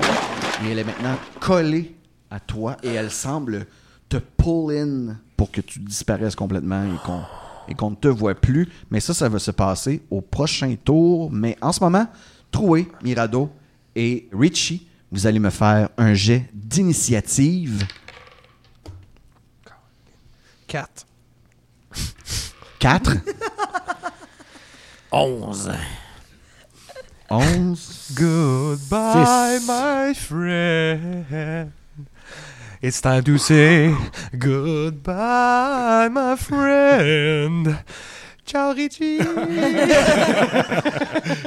[SPEAKER 1] et elle est maintenant collée à toi et elle semble te pull in pour que tu disparaisses complètement et qu'on et qu'on ne te voit plus. Mais ça, ça va se passer au prochain tour. Mais en ce moment, Troué, Mirado et Richie, vous allez me faire un jet d'initiative
[SPEAKER 8] 4.
[SPEAKER 1] 4,
[SPEAKER 3] 11.
[SPEAKER 1] 11,
[SPEAKER 8] Goodbye, my friend. It's time to say goodbye, my friend. Ciao, Richie.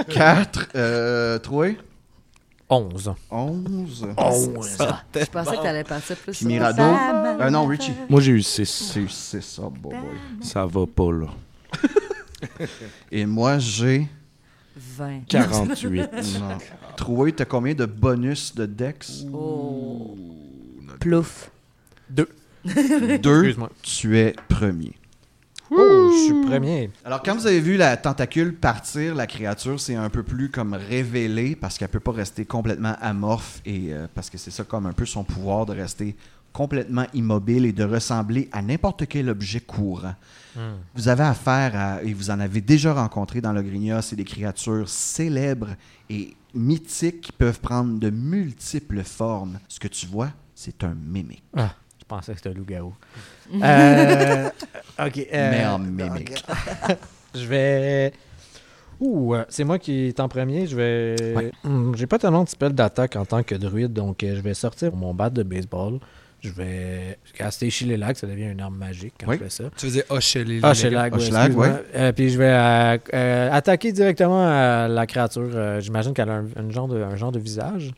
[SPEAKER 1] 4, euh, Troué,
[SPEAKER 2] 11.
[SPEAKER 1] 11.
[SPEAKER 3] 11.
[SPEAKER 9] je pensais que t'allais partir plus
[SPEAKER 1] Puis
[SPEAKER 9] sur-
[SPEAKER 1] Mirado. Ah non, Richie.
[SPEAKER 6] Moi, j'ai eu 6.
[SPEAKER 1] C'est c'est ça, boy, boy.
[SPEAKER 6] Ça va pas, là.
[SPEAKER 1] Et moi, j'ai.
[SPEAKER 9] 20.
[SPEAKER 6] 48.
[SPEAKER 1] Non. Troué, t'as combien de bonus de Dex
[SPEAKER 9] Oh. Plouf.
[SPEAKER 1] Deux.
[SPEAKER 2] Excuse-moi.
[SPEAKER 1] Tu es premier.
[SPEAKER 2] Oh, je suis premier.
[SPEAKER 1] Alors, quand vous avez vu la tentacule partir, la créature s'est un peu plus comme révélée parce qu'elle peut pas rester complètement amorphe et euh, parce que c'est ça comme un peu son pouvoir de rester complètement immobile et de ressembler à n'importe quel objet courant. Vous avez affaire à, et vous en avez déjà rencontré dans le Grigna, c'est des créatures célèbres et mythiques qui peuvent prendre de multiples formes. Ce que tu vois, c'est un mimique.
[SPEAKER 2] Je pensais que c'était un loup-garou. Euh, ok. euh,
[SPEAKER 1] mais en mimique.
[SPEAKER 2] Je vais. Ouh, euh, c'est moi qui est en premier. Je vais.
[SPEAKER 1] Ouais.
[SPEAKER 2] Hmm, J'ai pas tellement de spells d'attaque en tant que druide, donc euh, je vais sortir mon bat de baseball. Je vais caster Chilélac, ça devient une arme magique quand
[SPEAKER 1] Oui.
[SPEAKER 2] je fais ça.
[SPEAKER 8] Tu faisais hocher les
[SPEAKER 2] Ah, Chilélac, ouais,
[SPEAKER 1] Hochelag,
[SPEAKER 2] excuse-moi.
[SPEAKER 1] ouais.
[SPEAKER 2] Euh, Puis je vais euh, euh, attaquer directement à la créature. Euh, J'imagine qu'elle a un, un genre de, un genre de visage.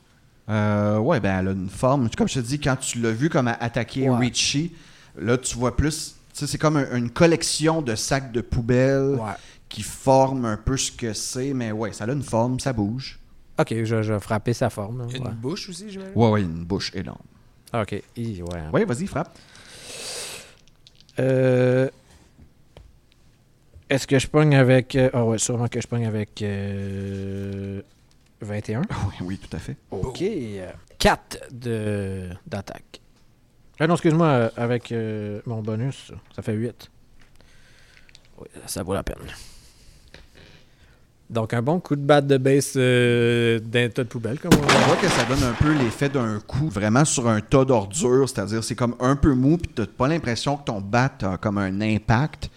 [SPEAKER 1] Euh, ouais, ben elle a une forme. Comme je te dis, quand tu l'as vu comme à- attaquer
[SPEAKER 2] Ouais.
[SPEAKER 1] Richie, là tu vois plus. Tu sais, c'est comme un- une collection de sacs de poubelle qui forment un peu ce que c'est, mais ouais, ça a une forme, ça bouge.
[SPEAKER 2] Ok, je, je vais frapper sa forme. là,
[SPEAKER 8] Une
[SPEAKER 2] ouais.
[SPEAKER 8] bouche aussi, j'imagine.
[SPEAKER 1] Ouais, ouais, une bouche énorme.
[SPEAKER 2] Ok, Hi, ouais.
[SPEAKER 1] Ouais, vas-y, frappe.
[SPEAKER 2] Euh, Est-ce que je pogne avec. euh, Ah ouais, sûrement que je pogne avec. euh, 21.
[SPEAKER 1] Oui, oui, tout à fait.
[SPEAKER 2] Ok. 4 de d'attaque. Ah non, excuse-moi, euh, avec euh, mon bonus, ça fait 8. Oui, ça vaut la peine. Donc, un bon coup de batte de base euh, d'un tas de poubelles, comme on
[SPEAKER 1] On
[SPEAKER 2] dit.
[SPEAKER 1] voit que ça donne un peu l'effet d'un coup vraiment sur un tas d'ordures, c'est-à-dire c'est comme un peu mou, puis t'as pas l'impression que ton bat a comme un impact,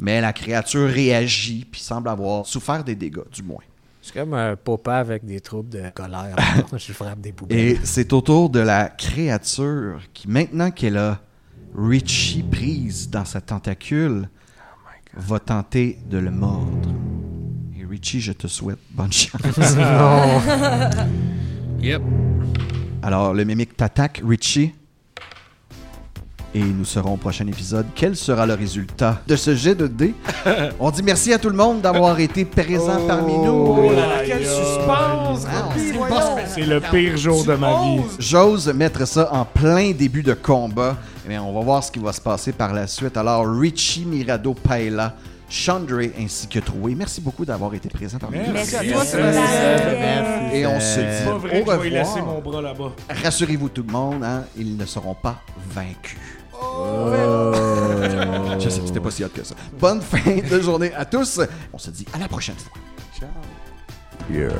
[SPEAKER 1] mais la créature réagit, puis semble avoir souffert des dégâts, du moins.
[SPEAKER 2] C'est comme un papa avec des troubles de colère. je frappe des poubelles.
[SPEAKER 1] Et c'est au tour de la créature qui, maintenant qu'elle a Richie prise dans sa tentacule, va tenter de le mordre. Et Richie, je te souhaite bonne chance.
[SPEAKER 8] Yep.
[SPEAKER 1] Alors, le mimique t'attaque, Richie. Et nous saurons au prochain épisode quel sera le résultat de ce jet de dés. On dit merci à tout le monde d'avoir été présent parmi nous.
[SPEAKER 6] Oh là là, quel suspense,
[SPEAKER 1] Ah, on sait pas ce que
[SPEAKER 6] C'est le pire jour de ma vie.
[SPEAKER 1] J'ose mettre ça en plein début de combat, mais on va voir ce qui va se passer par la suite. Alors, Richie Mirado Paella, Chandre ainsi que Troué, merci beaucoup d'avoir été présent parmi nous.
[SPEAKER 5] Merci à toi, Sébastien. Merci.
[SPEAKER 1] Et on se
[SPEAKER 6] C'est pas
[SPEAKER 1] dit
[SPEAKER 6] vrai
[SPEAKER 1] au
[SPEAKER 6] que je vais laisser
[SPEAKER 1] revoir.
[SPEAKER 6] mon bras là-bas.
[SPEAKER 1] Rassurez-vous tout le monde, hein, ils ne seront pas vaincus.
[SPEAKER 6] Oh,
[SPEAKER 1] Euh, Ah, Je sais, c'était pas si hot que ça. Bonne fin de journée à tous. On se dit à la prochaine fois.
[SPEAKER 10] Yeah.